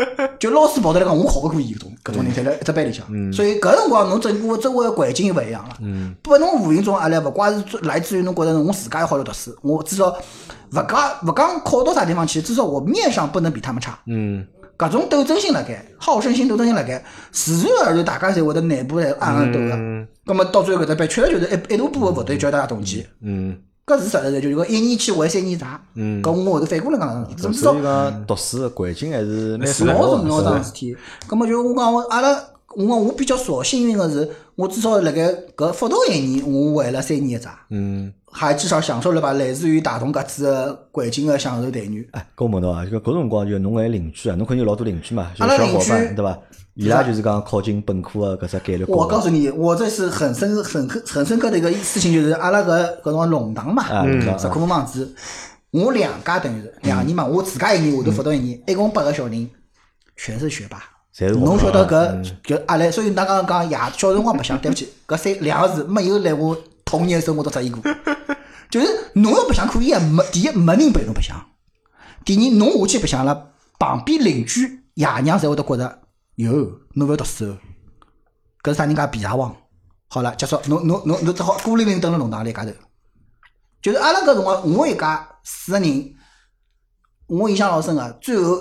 [SPEAKER 3] [laughs] 就老师跑出来讲，我考勿过伊搿种，搿种人才辣一只班里向。
[SPEAKER 2] 嗯
[SPEAKER 3] 所以搿辰光侬整个周围个环境又勿一样了，拨侬无形中压力，勿怪是最来自于侬觉得我自家也好好读书，我至少勿讲勿讲考到啥地方去，至少我面上不能比他们差。
[SPEAKER 1] 嗯，
[SPEAKER 3] 搿种斗争性辣盖，好胜心、斗争性辣盖，自然而然大家侪会得内部来
[SPEAKER 1] 嗯
[SPEAKER 3] 暗暗斗个。葛末到最后搿只班确实就是一一大波个部队叫大家团结，
[SPEAKER 1] 嗯，
[SPEAKER 3] 搿是实实在在就是讲一年去还三年债。搿我后头反过来讲，至
[SPEAKER 2] 所
[SPEAKER 3] 少
[SPEAKER 2] 以讲读书的环境还是蛮
[SPEAKER 1] 是
[SPEAKER 2] 重
[SPEAKER 1] 的
[SPEAKER 3] 老
[SPEAKER 2] 要
[SPEAKER 3] 重要桩事体。葛么就我讲，我阿拉我讲我比较少幸运个是，我至少辣盖搿复读一年，我还了三年个债，
[SPEAKER 1] 嗯，
[SPEAKER 3] 还至少享受了吧来自于大同搿子个环境个享受待遇。
[SPEAKER 2] 哎，跟我问到啊，就搿辰光就侬还邻居啊，侬肯定有老多邻居嘛，就
[SPEAKER 3] 阿拉
[SPEAKER 2] 小伙
[SPEAKER 3] 邻
[SPEAKER 2] 伴
[SPEAKER 3] 居
[SPEAKER 2] 对伐？伊拉就是讲考进本科的搿只概率
[SPEAKER 3] 我
[SPEAKER 2] 高
[SPEAKER 3] 告
[SPEAKER 2] 嘛。
[SPEAKER 3] 诉你，我这是很深、很刻、很深刻的一个事情，就是阿拉搿搿辰光弄堂嘛，
[SPEAKER 2] 啊，侬讲
[SPEAKER 3] 石
[SPEAKER 2] 啊
[SPEAKER 3] 库门房子，我两家等于是两年嘛，我自家一年，我头辅导一年，一共八个小人，全是学霸。
[SPEAKER 2] 侪是
[SPEAKER 3] 侬
[SPEAKER 2] 学
[SPEAKER 3] 晓
[SPEAKER 2] 霸
[SPEAKER 3] 得
[SPEAKER 2] 嗯
[SPEAKER 3] 搿就阿来，所以㑚刚刚讲夜小辰光白相，对不起，搿三两个字没有来我童年生活中出现过。就是侬要白相可以啊，没第一没人陪侬白相，第二侬下去白相了，旁边邻居爷娘侪会得觉着，哟，侬勿要读书哦，搿是啥人家皮茶王。好了，结束，侬侬侬侬只好孤零零蹲辣弄堂里一家头。就是阿拉搿辰光，我一家四个人，我印象老深个，啊最后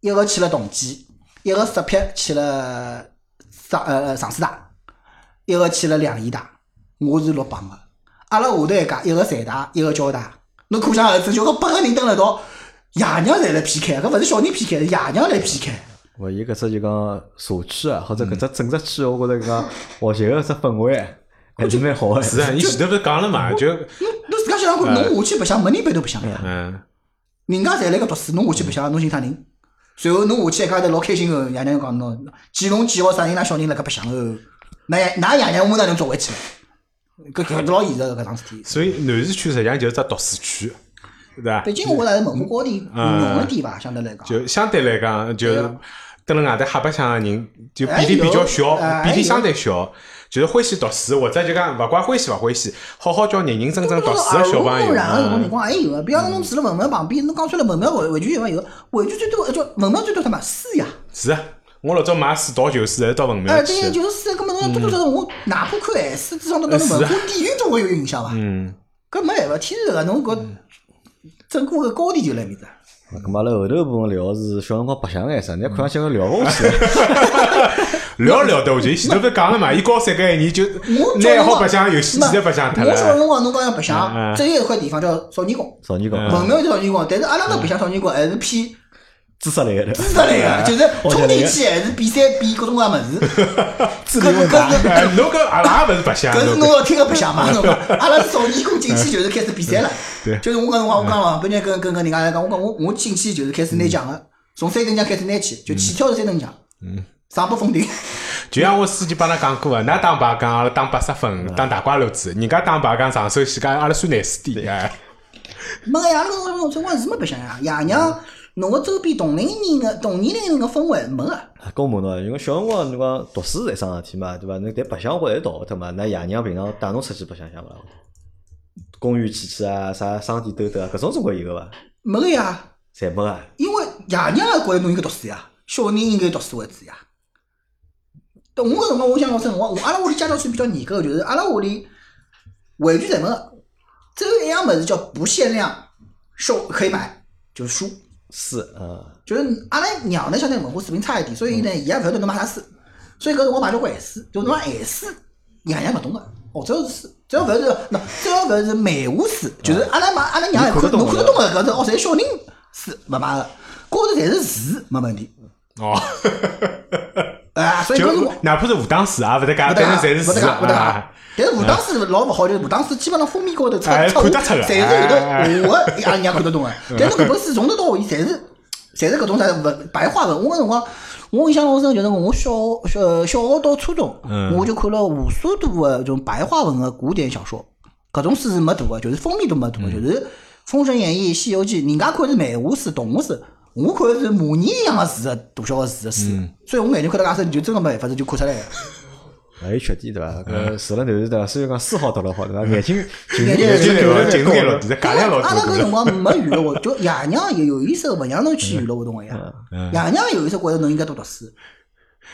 [SPEAKER 3] 一个去了同济，一个石碉去了上呃上师大，一个去了两仪大，我是落榜个。阿拉下头一家，一个财大，一个交大，侬可想而知，就搿八个人蹲辣一道，爷娘侪来 PK，搿勿是小人 PK，是爷娘来 PK。
[SPEAKER 2] 我伊搿只就讲社区啊，或者搿只整只区，我觉着 [laughs] 讲学习个搿只氛围啊还是蛮好的。
[SPEAKER 1] 是啊，伊
[SPEAKER 2] [laughs]
[SPEAKER 1] 前头勿是讲了嘛，就，
[SPEAKER 3] 侬侬自家想想看，侬下去白相，没人陪侬白相呀。
[SPEAKER 1] 嗯，
[SPEAKER 3] 人家侪辣盖读书，侬下去白相，侬寻啥人？随后侬下去一家头老开心个，爷娘就讲侬几弄几号啥人拿小人辣盖白相哦，那爷那爷娘我哪能做回去？搿搿老现实个搿桩事体。
[SPEAKER 1] 所以南市区实际上就是只读书区，对伐
[SPEAKER 3] 毕？竟我还是文化高地
[SPEAKER 1] 嗯
[SPEAKER 3] 浓一点吧，相对来讲。
[SPEAKER 1] 就相对来讲，就是蹲辣外头瞎白相个人，就比
[SPEAKER 3] 哎
[SPEAKER 1] 例比较
[SPEAKER 3] 有
[SPEAKER 1] 小，
[SPEAKER 3] 哎
[SPEAKER 1] 比例
[SPEAKER 3] 有
[SPEAKER 1] 相对小，就是欢喜读书，或者就讲勿怪欢喜勿欢喜，好好叫认认真真读书个小朋友
[SPEAKER 3] 哎耳濡目，染个辰
[SPEAKER 1] 嗯
[SPEAKER 3] 光还有啊个，比方说侬住了文庙旁边，侬讲出来文庙玩玩具有伐？有，玩具最多呃叫文庙最多什么书呀？
[SPEAKER 1] 是啊，我老早买书到旧书，侪到文庙
[SPEAKER 3] 哎，
[SPEAKER 1] 去
[SPEAKER 3] 对，
[SPEAKER 1] 的，
[SPEAKER 3] 就是书，搿么侬多多少少我哪怕看闲书，至少侬对文化底蕴总会有影响伐？
[SPEAKER 1] 嗯，
[SPEAKER 3] 搿没办法，天然个，侬搿整个个高地就辣埃面搭。
[SPEAKER 2] 咾么阿拉后头部分聊是小辰光白相个啥，你看上去跟聊勿下去了。
[SPEAKER 1] 聊聊得下去。前头勿是讲了
[SPEAKER 3] [laughs]
[SPEAKER 1] 嘛，伊高三搿一年就
[SPEAKER 3] 我
[SPEAKER 1] 拿
[SPEAKER 3] 小
[SPEAKER 1] 一
[SPEAKER 3] 辰
[SPEAKER 1] 好
[SPEAKER 3] 光
[SPEAKER 1] 白相游戏机侪白相脱
[SPEAKER 3] 没我小
[SPEAKER 1] 了，
[SPEAKER 3] 辰光侬讲要白
[SPEAKER 1] 嗯嗯
[SPEAKER 3] 相，只有一块地方叫少年宫，
[SPEAKER 2] 少年讲
[SPEAKER 1] 嗯
[SPEAKER 3] 文庙叫少年宫，但是阿拉搿白相少年宫还是偏
[SPEAKER 2] 知识类个，知
[SPEAKER 3] 知识类个，就是冲进去还是比赛比各种各样物事。
[SPEAKER 2] 智力问答
[SPEAKER 3] 搿是
[SPEAKER 1] 哎，侬搿阿拉也勿是白相，
[SPEAKER 3] 搿是
[SPEAKER 1] 侬
[SPEAKER 3] 侬
[SPEAKER 1] 搿
[SPEAKER 3] 要听个白
[SPEAKER 1] [laughs]
[SPEAKER 3] 相嘛，侬讲，阿拉少年宫进去就是开始比赛了。
[SPEAKER 1] 对嗯
[SPEAKER 3] 就是我搿辰光我讲了，本来跟跟跟人家来讲，我讲我我进去就是开始拿奖个，从三等奖开始拿起，
[SPEAKER 1] 嗯
[SPEAKER 3] 就起跳是三等奖，上不封顶。 [laughs]
[SPEAKER 1] 就像我之前帮㑚讲过个，㑚打牌讲阿拉打八十分，
[SPEAKER 3] 嗯
[SPEAKER 1] 打大瓜溜子，人家打牌讲上手先讲阿拉算廿四点，哎，
[SPEAKER 3] 没个呀，阿拉搿辰辰光是没白相呀，爷
[SPEAKER 1] 嗯
[SPEAKER 3] 娘侬个周边同龄人个同年龄人个氛围没个。
[SPEAKER 2] 啊，跟我问侬啊，因为小辰光侬讲读书是一桩事体嘛，对伐？侬但白相活侪逃勿脱嘛。那爷娘平常带侬出去白相相勿啦？公园去去啊，啥商店兜兜啊，搿种总归有个伐？
[SPEAKER 3] 没个呀，
[SPEAKER 2] 侪没啊，
[SPEAKER 3] 因为爷娘也觉着侬应该读书呀。小人应该读书为主呀。但我搿辰光我想告诉侬，我我阿拉屋里家教算比较严格的，就是阿拉屋里玩具什么，只有一样物事叫不限量售可以买，就是书。
[SPEAKER 2] 是啊，
[SPEAKER 3] 就是阿拉娘呢，相对文化水平差一点，所
[SPEAKER 2] 嗯
[SPEAKER 3] 以呢，伊也勿晓得侬买啥书，所以搿辰光买交关闲书，就侬买闲书，爷娘勿懂个。哦，只要是书，只要勿是，喏，只要勿是漫画书，就是阿拉买阿拉娘也
[SPEAKER 2] 侬看
[SPEAKER 3] 看
[SPEAKER 2] 得
[SPEAKER 3] 侬
[SPEAKER 2] 懂
[SPEAKER 3] 看
[SPEAKER 2] 的
[SPEAKER 3] 得懂个搿是哦，侪是小人书勿买个，高头侪是字没问题。
[SPEAKER 1] 哦，[laughs]
[SPEAKER 3] 啊，所以搿辰
[SPEAKER 1] 就
[SPEAKER 3] 光。
[SPEAKER 1] 哪怕是武当师啊，勿得
[SPEAKER 3] 勿
[SPEAKER 1] 讲，
[SPEAKER 3] 得
[SPEAKER 1] 但
[SPEAKER 3] 讲，
[SPEAKER 1] 是侪是
[SPEAKER 3] 勿得
[SPEAKER 1] 师
[SPEAKER 3] 讲，勿得讲
[SPEAKER 1] 啊。。
[SPEAKER 3] 但是武当师老勿好，就是武当师基本上封面高头出
[SPEAKER 1] 哎
[SPEAKER 3] 出
[SPEAKER 1] 看得出
[SPEAKER 3] 侪
[SPEAKER 1] 来
[SPEAKER 3] 是
[SPEAKER 1] 哎
[SPEAKER 3] 有
[SPEAKER 1] 哎哎
[SPEAKER 3] 的我阿娘看得懂个。但是搿本书从头到尾侪是侪是搿种啥文白话文。我搿辰光，我印象老深，就是我小学呃小学到初中
[SPEAKER 1] 嗯，
[SPEAKER 3] 我就看了无数部个种白话文个古典小说。搿种书是没读个，就是封面都没读个，就是《封神演义》《西游记》，人家看是漫画书、动画书。我看是模拟一样个字个大小个字个书，所以我眼睛看得介深，就真个没办法，这就看出来了。
[SPEAKER 2] 还有缺点哎对伐？搿除了男士对伐？虽然讲书好读了好对伐？眼睛近视
[SPEAKER 3] 眼睛
[SPEAKER 2] 嗯 [laughs] 眼
[SPEAKER 1] 就
[SPEAKER 2] 睛
[SPEAKER 1] 是
[SPEAKER 2] 有点
[SPEAKER 1] 进入
[SPEAKER 2] 高
[SPEAKER 1] 眼
[SPEAKER 2] 了
[SPEAKER 1] 老，弟，这
[SPEAKER 3] 因
[SPEAKER 1] 价
[SPEAKER 3] 为
[SPEAKER 1] 钿老
[SPEAKER 3] 阿拉搿辰
[SPEAKER 1] 低。
[SPEAKER 3] 光没娱乐活，就爷娘也有意识，勿让侬去娱乐活动个呀。
[SPEAKER 1] 嗯
[SPEAKER 3] 啊爷娘有意识觉着侬应该多读书，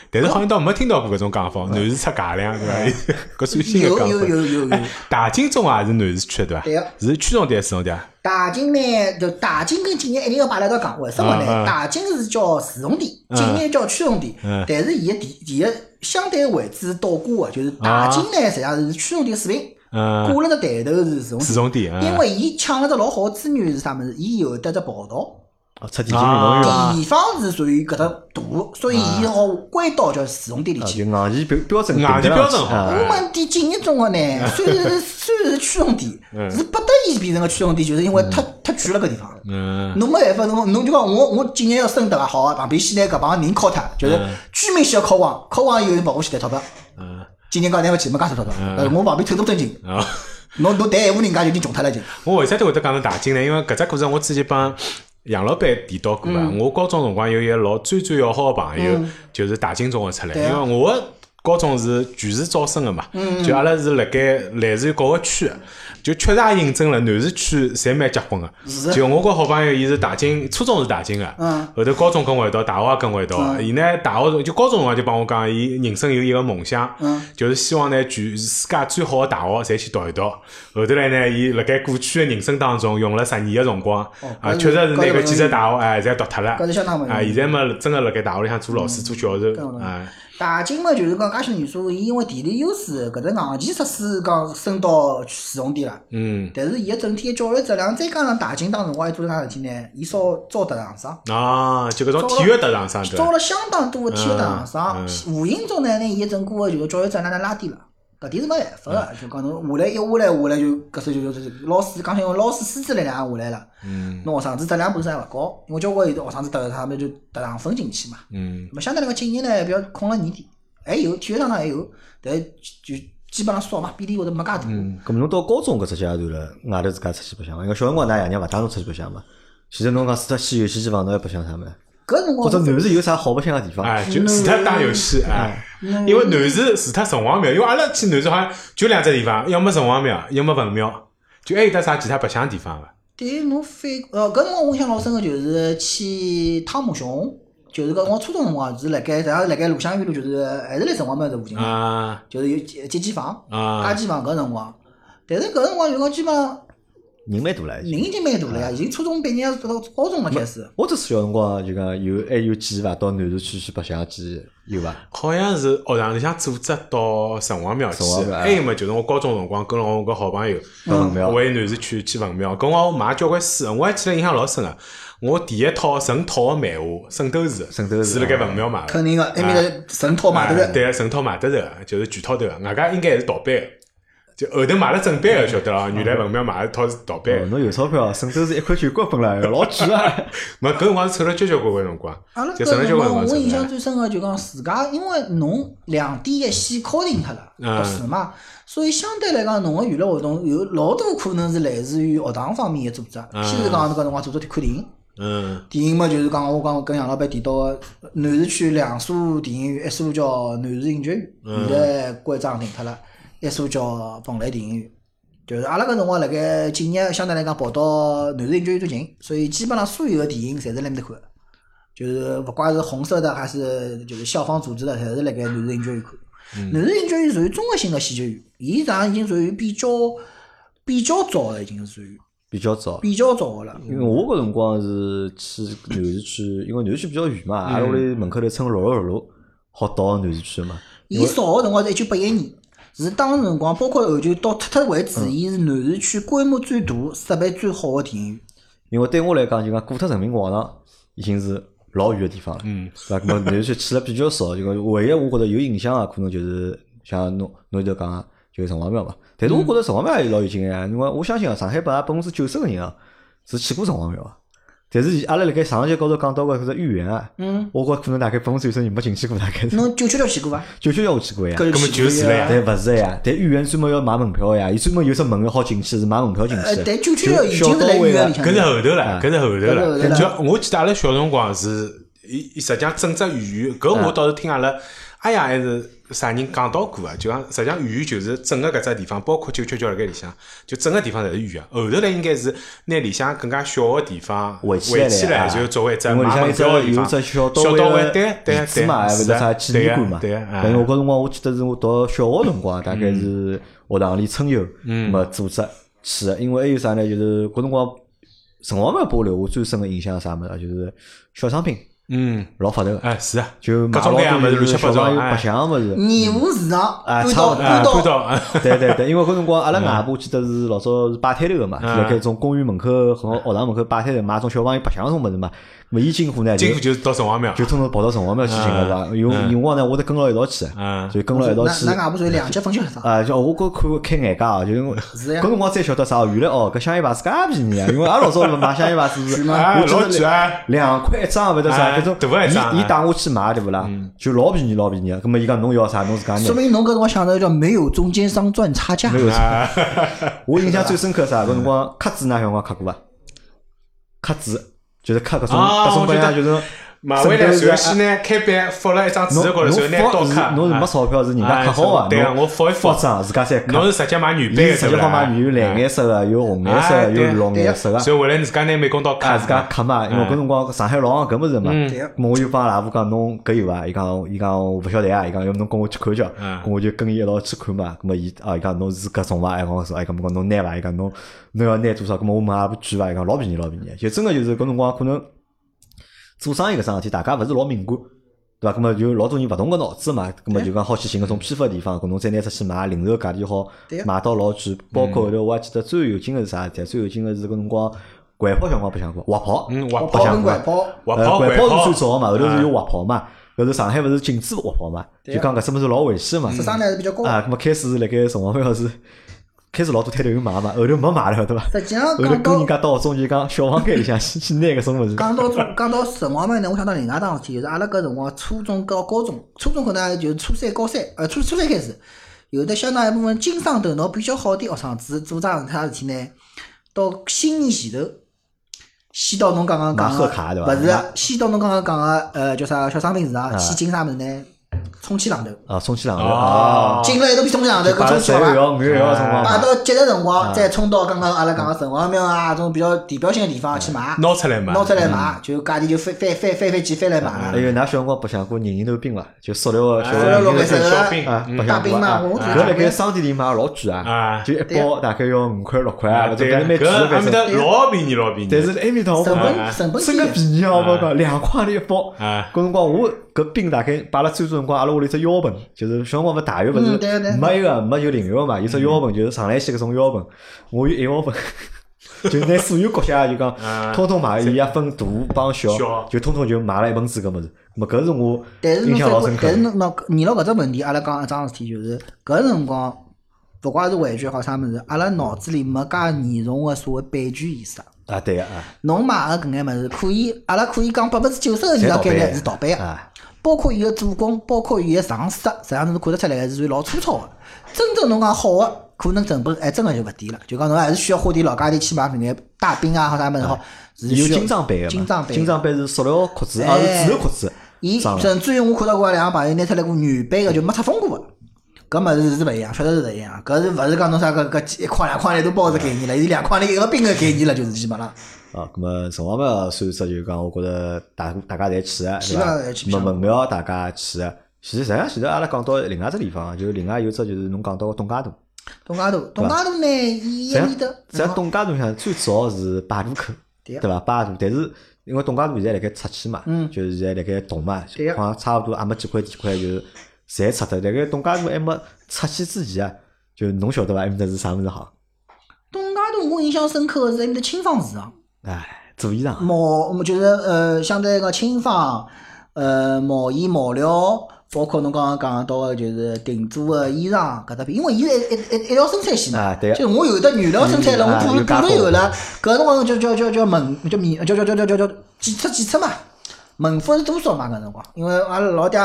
[SPEAKER 1] 但是好像倒没听到过搿种讲法，男士出价量啊对伐？ [laughs] 搿算 [laughs] 新的
[SPEAKER 3] 嗯有
[SPEAKER 1] 讲
[SPEAKER 3] 有
[SPEAKER 1] 法。嗯
[SPEAKER 3] 有有有。
[SPEAKER 1] 大金钟啊也是男士区对伐
[SPEAKER 3] 对个？
[SPEAKER 1] 是区重点、市重点。
[SPEAKER 3] 大金呢，就大金跟景业一定要摆辣一道讲，为什么
[SPEAKER 1] 嗯嗯
[SPEAKER 3] 呢？大金是叫市重点，景业叫区重点
[SPEAKER 1] 嗯，
[SPEAKER 3] 但是伊个地伊个相对位置是倒挂个，就是大金呢实际上是区重点水平，
[SPEAKER 1] 啊嗯，
[SPEAKER 3] 挂了只抬头是市重
[SPEAKER 1] 市
[SPEAKER 3] 点，
[SPEAKER 1] 重点。
[SPEAKER 3] 因
[SPEAKER 1] 嗯
[SPEAKER 3] 为伊抢了只老好个资源是啥物事？伊有得只跑道。
[SPEAKER 2] 啊，出几斤运动员
[SPEAKER 1] 啊
[SPEAKER 2] 啊，
[SPEAKER 3] 地方是属于搿只大，所以伊好归到叫市重点里
[SPEAKER 2] 啊就
[SPEAKER 3] 去。
[SPEAKER 2] 硬件标标准
[SPEAKER 1] 硬件
[SPEAKER 2] 定得
[SPEAKER 1] 标
[SPEAKER 2] 上去
[SPEAKER 1] 准好
[SPEAKER 2] 啊
[SPEAKER 3] 我们点经营中学呢， [laughs] 虽然是虽然是区重点，
[SPEAKER 1] 啊嗯
[SPEAKER 3] 是不得已变成个区重点，就是因为太太贵了搿地方。
[SPEAKER 1] 嗯，
[SPEAKER 3] 侬没办法，侬侬就讲我我今年要升得伐？好啊，旁边先拿搿帮人敲脱，就是
[SPEAKER 1] 嗯
[SPEAKER 3] 居民先要敲光，敲光以后就保护先谈钞票。
[SPEAKER 1] 嗯，
[SPEAKER 3] 今年讲拿勿起，没介多钞票，
[SPEAKER 1] 嗯
[SPEAKER 3] 但是我旁边透透真情，
[SPEAKER 1] 啊。
[SPEAKER 3] 侬侬谈闲话人家就已经穷脱了已经。
[SPEAKER 1] 我为啥体会得讲到大金呢？因为搿只故事我之前帮杨老板提到过
[SPEAKER 3] 嗯
[SPEAKER 1] 啊。我高中辰光有一个老最最要好的朋友，就是大金中学出来，
[SPEAKER 3] 对啊
[SPEAKER 1] 因为我。高中是全市招生的嘛，
[SPEAKER 3] 嗯
[SPEAKER 1] 就阿拉是辣盖来自于各个区的，就确实也印证了南市区侪蛮结棍的。
[SPEAKER 3] 是
[SPEAKER 1] 就我个好朋友，伊是大金，初中是大金的，
[SPEAKER 3] 嗯
[SPEAKER 1] 后头高中跟我一道，大学也跟我一道的。
[SPEAKER 3] 嗯
[SPEAKER 1] 伊呢，大学就高中辰光就帮我讲，伊人生有一个梦想，
[SPEAKER 3] 嗯
[SPEAKER 1] 就是希望呢，全世界最好的大学侪去读一读。后头来呢，伊辣盖过去的人生当中用了十年的辰光
[SPEAKER 3] 哦，
[SPEAKER 1] 啊，
[SPEAKER 3] 搿是
[SPEAKER 1] 确实是拿
[SPEAKER 3] 搿
[SPEAKER 1] 搿
[SPEAKER 3] 是
[SPEAKER 1] 几只大学哎，侪读脱了。
[SPEAKER 3] 搿是相当勿容易嗯
[SPEAKER 1] 啊，现在嘛，真个辣盖大学里向做老师、做教
[SPEAKER 3] 搿勿
[SPEAKER 1] 授
[SPEAKER 3] 容易
[SPEAKER 1] 啊，
[SPEAKER 3] 大金嘛，就是讲介些元素，伊因为地理优势，搿只硬件设施讲升到市重点了。
[SPEAKER 1] 嗯
[SPEAKER 3] 但是伊个整体个教育质量，再加上大金当辰光还做了啥事体呢？伊招招特长生，
[SPEAKER 1] 啊，就搿种体育特长生对伐
[SPEAKER 3] 招了相当多个体育特长
[SPEAKER 1] 嗯
[SPEAKER 3] 生，无形中呢，拿伊个整个个就是教育质量呢拉低了。搿点是没办法个，
[SPEAKER 1] 嗯
[SPEAKER 3] 就讲侬下来一下来下来就搿首就就是老师，讲起来老师师资力量也下来了，
[SPEAKER 1] 嗯
[SPEAKER 3] 侬学生子质量本身也勿高，因为交关有的学生子得他们就特长分进去嘛。
[SPEAKER 1] 嗯
[SPEAKER 3] 那么相对来讲，今年呢，比较空了年底，还有体育场上还有，但是就就基本上少嘛，比例会得没介大。
[SPEAKER 1] 嗯
[SPEAKER 2] 咁侬到高中搿只阶段了，外头自家出去白相，因为小辰光㑚爷娘勿带侬出去白相嘛。现在侬讲除脱去游戏机房，侬还白相啥物事？
[SPEAKER 3] 搿辰
[SPEAKER 2] 或
[SPEAKER 3] 光
[SPEAKER 2] 者男士有啥好白啊相个地方？
[SPEAKER 1] 哎，就除脱打游戏哎，
[SPEAKER 3] 嗯
[SPEAKER 1] 因为南市除脱城隍庙，因为阿拉去南市好像就两只地方，要么城隍庙，要么文庙，就还有得啥其他白相地方伐？
[SPEAKER 3] 对侬反呃，搿辰光我印象老深个就是去汤姆熊，就是搿辰光初中辰光啊是辣盖，实际上是辣盖鲁湘玉路，就是还是辣城隍庙这附近，
[SPEAKER 1] 啊
[SPEAKER 3] 就是有接接机房、
[SPEAKER 1] 啊
[SPEAKER 3] 家，机房搿辰光。但是搿辰光就讲基本上
[SPEAKER 2] 人蛮大了。已经。
[SPEAKER 3] 人已经蛮大了
[SPEAKER 1] 啊
[SPEAKER 3] 呀，已经初中毕业到高中了开始。
[SPEAKER 2] 我只是小辰光就讲有还有记忆伐？到南市区去白相个记忆有伐？
[SPEAKER 1] 好像是学堂里向组织到城隍庙去哎
[SPEAKER 2] 城隍，庙
[SPEAKER 1] 还有么就是我高中辰光跟了我个好朋友，
[SPEAKER 3] 嗯
[SPEAKER 2] 到文庙。
[SPEAKER 1] 回南市区去文庙，搿辰光我买交关书，我还记得印象老深个。我第一套成套个漫画《圣斗士》，
[SPEAKER 2] 圣斗士
[SPEAKER 1] 是辣盖文庙买的
[SPEAKER 3] 肯，定个，埃面的神套嘛，对
[SPEAKER 1] 哎
[SPEAKER 3] 不对？
[SPEAKER 1] 对，圣套买得着，就是全套头的，外加应该还是盗版的，就后头买了正版的，晓得啦。原来文庙买了一套是盗版
[SPEAKER 2] 哦
[SPEAKER 1] 的，
[SPEAKER 2] 侬有钞票，圣斗士一块九角本了，老贵啊！ [laughs]
[SPEAKER 1] 没搿辰光凑了交交关关辰光
[SPEAKER 3] 阿拉，
[SPEAKER 1] 就
[SPEAKER 3] 搿
[SPEAKER 1] 省了
[SPEAKER 3] 辰
[SPEAKER 1] 交关辰光
[SPEAKER 3] 光，
[SPEAKER 1] 凑
[SPEAKER 3] 我印象
[SPEAKER 1] 了。
[SPEAKER 3] 最深个就讲自家，因为侬两点一线敲定脱了
[SPEAKER 1] 嗯
[SPEAKER 3] 读书嘛，所以相对来讲，侬个娱乐活动有老大可能是来自于学堂方面个组织，
[SPEAKER 1] 嗯
[SPEAKER 3] 譬如讲搿辰光组织去看电影。
[SPEAKER 1] 嗯
[SPEAKER 3] 电影嘛，就是讲我讲跟杨老板提到个南市区两所电影院，一所叫南市影剧院，现在关张停脱了；一所叫蓬莱电影院。就是阿拉搿辰光辣盖景业相对来讲跑到南市影剧院最近，所以基本上所有个电影侪是辣埃面搭看的。就是勿怪是红色的还是就是校方组织的，侪是辣盖南市音剧院看。南市音剧院属于综合性的戏剧院，伊实际上已经属于比较比较早了，已经属于
[SPEAKER 2] 比较早。
[SPEAKER 3] 比较早的了。
[SPEAKER 2] 因为我搿辰光是去南市区，因为南市区比较远嘛，阿拉屋里门口头村六个二路，好到南市区嘛。
[SPEAKER 3] 伊早个辰光是一九八一年，是当时辰光，包括后就到脱脱为止，
[SPEAKER 2] 嗯
[SPEAKER 3] 伊是南市区规模最大、设备最好个电影院。
[SPEAKER 2] 因为对我来讲，就讲过脱人民广场已经是老远个地方了，
[SPEAKER 1] 嗯
[SPEAKER 2] 对伐？咾么南市区去了比较少，就讲唯一我觉着有影响个，可能就是像侬侬就讲的就是城隍庙嘛。但是我觉着城隍庙也老有劲个，因为我相信啊，上海本来百分之九十个人啊是去过城隍庙个。但是阿拉辣盖上一节高头讲到个搿只豫园啊，
[SPEAKER 3] 嗯，
[SPEAKER 2] 我觉着可能大概百分之九十人没进去过，大概是
[SPEAKER 3] 侬九九六去过伐？
[SPEAKER 2] 九九幺我去过呀。
[SPEAKER 3] 搿
[SPEAKER 1] 根本
[SPEAKER 3] 去过
[SPEAKER 1] 就是了呀
[SPEAKER 2] 但勿是呀，但豫园专门要买门票呀，伊专门有只门要好进去，是买门票进
[SPEAKER 3] 呃
[SPEAKER 2] 去，的。
[SPEAKER 3] 但九九六已
[SPEAKER 2] 小
[SPEAKER 3] 经是
[SPEAKER 2] 到
[SPEAKER 3] 辣
[SPEAKER 2] 位
[SPEAKER 3] 医院
[SPEAKER 2] 啊
[SPEAKER 3] 里向
[SPEAKER 1] [laughs] 搿是
[SPEAKER 3] 了。
[SPEAKER 1] 后头了，搿是后头
[SPEAKER 3] 搿是
[SPEAKER 1] 了。
[SPEAKER 3] 后头
[SPEAKER 1] 就我记得阿拉小辰光是，伊伊实际上整只语言，搿
[SPEAKER 2] 啊
[SPEAKER 1] 我倒是听阿拉阿爷还是啥人讲到过啊？就讲实际上语言就是整个搿只地方，包括九九九辣盖里向，就整个地方侪是语言。后头来应该是拿里向更加小个地方
[SPEAKER 2] 围
[SPEAKER 1] 围
[SPEAKER 2] 起来了
[SPEAKER 1] 起来，
[SPEAKER 2] 啊
[SPEAKER 1] 就作为一只
[SPEAKER 2] 因为里
[SPEAKER 1] 买
[SPEAKER 2] 向
[SPEAKER 1] 门
[SPEAKER 2] 一只
[SPEAKER 1] 票个地
[SPEAKER 2] 有
[SPEAKER 1] 方。
[SPEAKER 2] 只小
[SPEAKER 1] 小
[SPEAKER 2] 到
[SPEAKER 1] 到位，对对
[SPEAKER 2] 遗址
[SPEAKER 1] 对，
[SPEAKER 2] 嘛，还勿
[SPEAKER 1] 是
[SPEAKER 2] 是啥
[SPEAKER 1] 的
[SPEAKER 2] 纪
[SPEAKER 1] 对
[SPEAKER 2] 念
[SPEAKER 1] 个
[SPEAKER 2] 馆嘛。
[SPEAKER 1] 对个，
[SPEAKER 2] 反正我
[SPEAKER 1] 嗯
[SPEAKER 2] 搿辰光我记得是我读小学辰光，大概是学堂里春游，
[SPEAKER 1] 嗯
[SPEAKER 2] 么组织去的。因为还有啥呢？就是搿辰光城隍庙拨我留下最深个印象是啥物事啊？就是小商品
[SPEAKER 1] 嗯，
[SPEAKER 2] 老发达个，
[SPEAKER 1] 哎是啊，
[SPEAKER 2] 就
[SPEAKER 1] 各
[SPEAKER 2] 买
[SPEAKER 1] 种各样
[SPEAKER 2] 老
[SPEAKER 1] 物事乱七
[SPEAKER 2] 多就是
[SPEAKER 1] 八糟
[SPEAKER 2] 小朋友
[SPEAKER 1] 哎
[SPEAKER 2] 白相个物事。
[SPEAKER 3] 义乌市场
[SPEAKER 2] 啊
[SPEAKER 3] 搬
[SPEAKER 2] 差
[SPEAKER 3] 到
[SPEAKER 2] 不多
[SPEAKER 1] 啊搬到
[SPEAKER 2] [laughs]
[SPEAKER 3] 搬到，
[SPEAKER 2] 对对对，因为搿辰光
[SPEAKER 1] 嗯
[SPEAKER 2] 阿拉外婆记得是老早是摆摊头个嘛，就辣盖一种公园门口和学堂门口摆摊头买种小朋友白相个种物事嘛。咾伊进货呢，就
[SPEAKER 1] 进就是到城隍庙，
[SPEAKER 2] 就通常跑到城隍庙去寻个伐？有有辰光呢，我得跟牢一道去，
[SPEAKER 1] 嗯
[SPEAKER 2] 就跟牢一道去
[SPEAKER 3] 那。那外婆属于两级分级学生。
[SPEAKER 2] 啊，就我觉看开眼界啊，就是我
[SPEAKER 3] 是呀
[SPEAKER 2] 搿辰光才晓得啥哦，原来哦，搿香烟牌子介便宜啊！因为阿拉老早买香烟牌子是，
[SPEAKER 1] 哎
[SPEAKER 2] 我
[SPEAKER 1] 老
[SPEAKER 2] 记
[SPEAKER 1] 贵
[SPEAKER 2] 得
[SPEAKER 1] 啊
[SPEAKER 2] 两块一张，勿得啥，
[SPEAKER 1] 哎
[SPEAKER 2] 搿种
[SPEAKER 1] 大一张
[SPEAKER 2] 伊伊
[SPEAKER 1] 哎嗯
[SPEAKER 2] 带我去买对勿啦？就老便宜老便宜啊！葛末伊讲侬要啥，侬自家拿
[SPEAKER 3] 说。明侬搿辰光想到叫没有中间商赚差价，
[SPEAKER 2] 啊没有
[SPEAKER 1] 啊，
[SPEAKER 2] [laughs] 我印象最深刻啥？搿辰光 [laughs] 卡子㑚小辰光卡过伐？卡子就是卡搿种
[SPEAKER 1] 啊
[SPEAKER 2] 各种各
[SPEAKER 1] 我
[SPEAKER 2] 样，
[SPEAKER 1] 觉
[SPEAKER 2] 就是
[SPEAKER 1] 买回来，
[SPEAKER 2] 整个
[SPEAKER 1] 然后先呢开板发了一张纸
[SPEAKER 2] 侬
[SPEAKER 1] 头高头，
[SPEAKER 2] 侬
[SPEAKER 1] 然后拿刀卡，
[SPEAKER 2] 发是侬是没钞票是人家
[SPEAKER 1] 哎
[SPEAKER 2] 卡好啊，
[SPEAKER 1] 对啊
[SPEAKER 2] 侬
[SPEAKER 1] 我发一发
[SPEAKER 2] 张自家再卡
[SPEAKER 1] 侬。是直接买原版的，
[SPEAKER 2] 伊直
[SPEAKER 1] 对
[SPEAKER 2] 接
[SPEAKER 1] 不啦
[SPEAKER 2] 放买有蓝颜色个，有红颜色
[SPEAKER 1] 哎
[SPEAKER 2] 个，有
[SPEAKER 1] 对
[SPEAKER 2] 绿颜色个啊
[SPEAKER 1] 哎，所以回来自家拿美工刀卡
[SPEAKER 2] 啊自家卡嘛。因为搿辰光上海老行搿物事嘛，
[SPEAKER 3] 对啊
[SPEAKER 2] 咾么我就帮阿拉婆讲侬搿有伐？伊讲伊讲我勿晓得啊，伊讲要不侬跟我去看叫，
[SPEAKER 1] 嗯
[SPEAKER 2] 咾我就跟伊一道去看嘛。咾么伊啊伊讲侬是搿种伐？哎讲我说，哎讲我讲侬拿伐？伊讲侬侬要拿多少？咾么我问阿拉婆贵伐？伊讲老便宜老便宜，就真个就是搿辰光可能做生意搿桩事体，大家勿是老敏感。对伐？葛么就老多人勿同个脑子嘛，葛
[SPEAKER 3] 啊
[SPEAKER 2] 么就讲好去寻搿种批发地方，搿侬再拿出去买，零售价钿好
[SPEAKER 3] 对呀啊
[SPEAKER 2] 买到老贵。包括后头我还记得最有劲个是啥事体啊？最有劲个是搿辰光掼跑小辰光白相过，滑跑。
[SPEAKER 1] 嗯，滑
[SPEAKER 3] 我跑
[SPEAKER 1] 跑，
[SPEAKER 3] 跟拐跑，
[SPEAKER 1] 滑
[SPEAKER 2] 呃，
[SPEAKER 1] 跑，
[SPEAKER 2] 掼
[SPEAKER 1] 跑
[SPEAKER 2] 跑是最早个嘛，后头是有
[SPEAKER 1] 嗯
[SPEAKER 2] 滑跑嘛，后头上海勿是禁止滑跑嘛，就
[SPEAKER 3] 对啊呀
[SPEAKER 2] 讲搿只物事老危险嘛。
[SPEAKER 1] 嗯
[SPEAKER 3] 智商呢是比较高。
[SPEAKER 2] 啊，葛么开始是辣盖辰光庙是开始老多摊头有买嘛，后头没买了，对伐？
[SPEAKER 3] 实际上
[SPEAKER 2] 后头
[SPEAKER 3] 讲
[SPEAKER 2] 跟
[SPEAKER 3] 到
[SPEAKER 2] 人家到中间讲小房间里向 [laughs] 去去拿搿种物事。
[SPEAKER 3] 讲到中讲到城隍庙呢，我想到另外一桩事体，就是阿拉搿辰光初中到高中，初中可能就是初三、高三，呃，初初三开始，有的相当一部分经商头脑比较好点学生子做桩啥事体呢？到新年前头，先到侬刚刚讲
[SPEAKER 2] 买
[SPEAKER 3] 个，
[SPEAKER 2] 贺卡对伐
[SPEAKER 3] 勿是，先到侬刚刚讲个，呃，叫啥小商品市
[SPEAKER 2] 啊
[SPEAKER 3] 场去进啥物事呢？充气榔头，
[SPEAKER 2] 啊，冲去两头
[SPEAKER 1] 哦
[SPEAKER 2] 啊，
[SPEAKER 3] 进了一大批充气榔头，
[SPEAKER 2] 就
[SPEAKER 3] 搿
[SPEAKER 2] 摆
[SPEAKER 3] 充
[SPEAKER 2] 了
[SPEAKER 3] 气
[SPEAKER 2] 十
[SPEAKER 3] 好
[SPEAKER 2] 一
[SPEAKER 3] 伐？
[SPEAKER 2] 号、五月一号辰光
[SPEAKER 3] 摆
[SPEAKER 2] 嘛。
[SPEAKER 3] 到节日辰光，再冲到刚刚阿拉讲个城隍庙啊，这种比较地标性的地方去买。
[SPEAKER 1] 拿出来嘛，
[SPEAKER 3] 拿出来
[SPEAKER 2] 嗯
[SPEAKER 3] 买，就价钿就翻翻翻翻翻几翻来买
[SPEAKER 2] 还
[SPEAKER 3] 了。
[SPEAKER 2] 有，㑚小辰光白相过人人头兵伐？就塑料个小
[SPEAKER 1] 哎
[SPEAKER 3] 塑料
[SPEAKER 2] 人
[SPEAKER 3] 弄
[SPEAKER 2] 头
[SPEAKER 3] 个
[SPEAKER 2] 兵
[SPEAKER 3] 啥
[SPEAKER 1] 小兵
[SPEAKER 2] 啊，白
[SPEAKER 3] 大
[SPEAKER 2] 相过
[SPEAKER 3] 兵
[SPEAKER 2] 啊
[SPEAKER 3] 嘛，。我
[SPEAKER 2] 搿
[SPEAKER 3] 只
[SPEAKER 2] 辣盖商店里买老贵啊，
[SPEAKER 1] 啊
[SPEAKER 2] 就一
[SPEAKER 3] 对
[SPEAKER 2] 包大概要五块六块啊，
[SPEAKER 1] 啊，
[SPEAKER 2] 或者
[SPEAKER 1] 对
[SPEAKER 2] 搿
[SPEAKER 1] 啊，
[SPEAKER 2] 能蛮贵
[SPEAKER 1] 搿
[SPEAKER 2] 的
[SPEAKER 1] 阿
[SPEAKER 2] 反
[SPEAKER 1] 面
[SPEAKER 2] 正。
[SPEAKER 1] 搭老便宜，老便宜，
[SPEAKER 2] 但是埃面搭我
[SPEAKER 3] 成
[SPEAKER 2] 讲
[SPEAKER 3] 本成本
[SPEAKER 2] 真个
[SPEAKER 3] 低，
[SPEAKER 2] 便宜啊！我讲两块钿一包，
[SPEAKER 1] 啊
[SPEAKER 2] 搿辰光我搿冰大概摆了最早辰光，阿拉屋里只腰盆，就是小辰光勿大学勿
[SPEAKER 3] 嗯对对
[SPEAKER 2] 是没一个没有零用嘛，
[SPEAKER 1] 嗯
[SPEAKER 2] 有只腰盆就是上来先搿种腰盆，我有一腰盆。 [laughs] 就拿所有国家就讲，
[SPEAKER 1] 啊
[SPEAKER 2] 通通买，伊也分大帮小
[SPEAKER 1] 小，
[SPEAKER 2] 就通通就买了一盆子搿物事。咾搿是我
[SPEAKER 3] 但是
[SPEAKER 2] 印
[SPEAKER 3] 侬
[SPEAKER 2] 象
[SPEAKER 3] 反
[SPEAKER 2] 老
[SPEAKER 3] 过
[SPEAKER 2] 深，刻
[SPEAKER 3] 但是。侬喏，你到搿只问题，阿拉讲一桩事体，就是搿辰光，勿怪是玩具好啥物事，阿拉脑子里没介严重个所谓版权意识。
[SPEAKER 2] 啊，对个啊，
[SPEAKER 3] 侬买个搿眼物事，可以，阿拉可以讲百分之九十个以上概率是盗版个，
[SPEAKER 2] 啊，
[SPEAKER 3] 包括伊个做工，包括伊个上色，实际上是看得出来个是属于老粗糙个。真正侬讲好个，可能成本还真个就勿低了。就讲侬还是需要花点老价钿去买搿眼大兵啊，好啥物事好，是
[SPEAKER 2] 有
[SPEAKER 3] 需要
[SPEAKER 2] 金章版个嘛，
[SPEAKER 3] 金章版的，
[SPEAKER 2] 金章版是塑料壳子，啊是
[SPEAKER 3] 哎
[SPEAKER 2] 纸头壳子
[SPEAKER 3] 伊
[SPEAKER 2] 装的。
[SPEAKER 3] 甚至于我看到过两个朋友拿出来过原版个，就没拆封过个。搿物事是勿一样，确实是勿一样。啊搿是勿是讲侬啥搿搿几一块两块钿都包是概念了，伊两块钿一个冰个概念了，就是基本上。
[SPEAKER 2] 啊，咁么辰光嘛，算只就是讲，我觉着大大家侪去个，
[SPEAKER 3] 基
[SPEAKER 2] 啊对
[SPEAKER 3] 本上
[SPEAKER 2] 伐
[SPEAKER 3] 侪去？
[SPEAKER 2] 么
[SPEAKER 3] 相
[SPEAKER 2] 门票大家去个。其实实际上，前头阿拉讲到另外只地方，啊就是另外有只就是侬讲到个董家渡。
[SPEAKER 3] 东家渡，东家渡呢，伊伊
[SPEAKER 2] 实际上
[SPEAKER 3] 面搭
[SPEAKER 2] 实际上董家渡像最早是摆渡口，
[SPEAKER 3] 对
[SPEAKER 2] 嗯对嗯
[SPEAKER 3] 个
[SPEAKER 2] 伐？摆渡，但是因为董家渡现在辣盖拆迁嘛，就是现在辣盖动嘛
[SPEAKER 3] 对，个
[SPEAKER 2] 好像差勿多也没几块地块就是侪拆脱。辣盖董家渡还没拆迁之前啊，就侬晓得伐？埃面搭是啥物事好？
[SPEAKER 3] 东家渡，我印象深刻的是埃面搭青芳市场，
[SPEAKER 2] 哎，做衣裳，
[SPEAKER 3] 毛，么就是呃，相对来讲青芳，呃，毛衣、毛料，包括侬刚刚讲到个就是定做个衣裳搿搭边，因为伊是一一一一条生产线嘛
[SPEAKER 2] 啊，对个
[SPEAKER 3] 就是我有的原料生产了，
[SPEAKER 2] 嗯啊
[SPEAKER 3] 我补
[SPEAKER 2] 有加
[SPEAKER 3] 补
[SPEAKER 2] 工
[SPEAKER 3] 了有了，搿辰光就叫叫叫门叫面叫叫叫叫叫叫检测检测嘛，门腹是多少嘛搿辰光，因为阿拉老爹。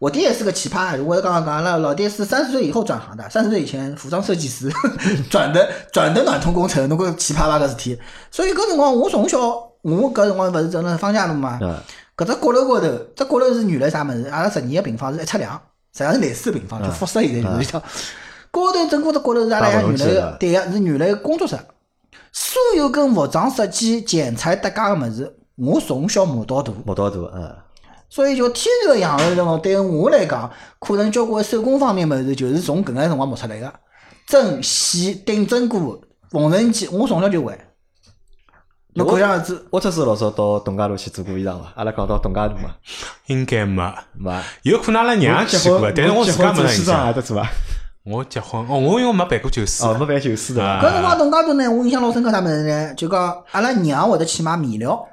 [SPEAKER 3] 我爹也是个奇葩，我刚刚讲了，老爹是三十岁以后转行的，三十岁以前服装设计师， [laughs] 转的转的暖通工程，侬讲奇葩伐搿事体？所以搿辰光我从小，我搿辰光勿是在那方家路嘛，
[SPEAKER 2] 嗯，
[SPEAKER 3] 搿只角楼高头，只角楼是原来啥物事？阿拉十二个平方是一尺两，实际上是类似的平
[SPEAKER 2] 嗯
[SPEAKER 3] 方，就复式现在就是讲。高头整个只角楼是阿拉
[SPEAKER 2] 大
[SPEAKER 3] 原
[SPEAKER 2] 部分
[SPEAKER 3] 来
[SPEAKER 2] 是
[SPEAKER 3] 的
[SPEAKER 2] 的，
[SPEAKER 3] 对个是原来的工作室。所有跟服装设计、剪裁搭界个物事，我从小摸到大，
[SPEAKER 2] 木刀渡，嗯，
[SPEAKER 3] 所以就天然的养成辰光，对我来讲，可能交关手工方面物事就是从搿眼辰光摸出来个。针、线、顶针过、缝纫机，我从小就会。侬可想而知，
[SPEAKER 2] 我特是老早到董家渡去做过衣裳伐？阿拉讲到董家渡嘛，
[SPEAKER 1] 应该没，
[SPEAKER 2] 嘛，
[SPEAKER 1] 有可能阿拉娘去过，但是我自家没啥印象。
[SPEAKER 2] 得做伐？
[SPEAKER 1] 我结婚，哦，我因为没办过九四，
[SPEAKER 2] 哦，没办酒师的，
[SPEAKER 3] 搿辰光董家渡呢，我印象老深刻啥物事呢？就讲阿拉娘会得去买面料，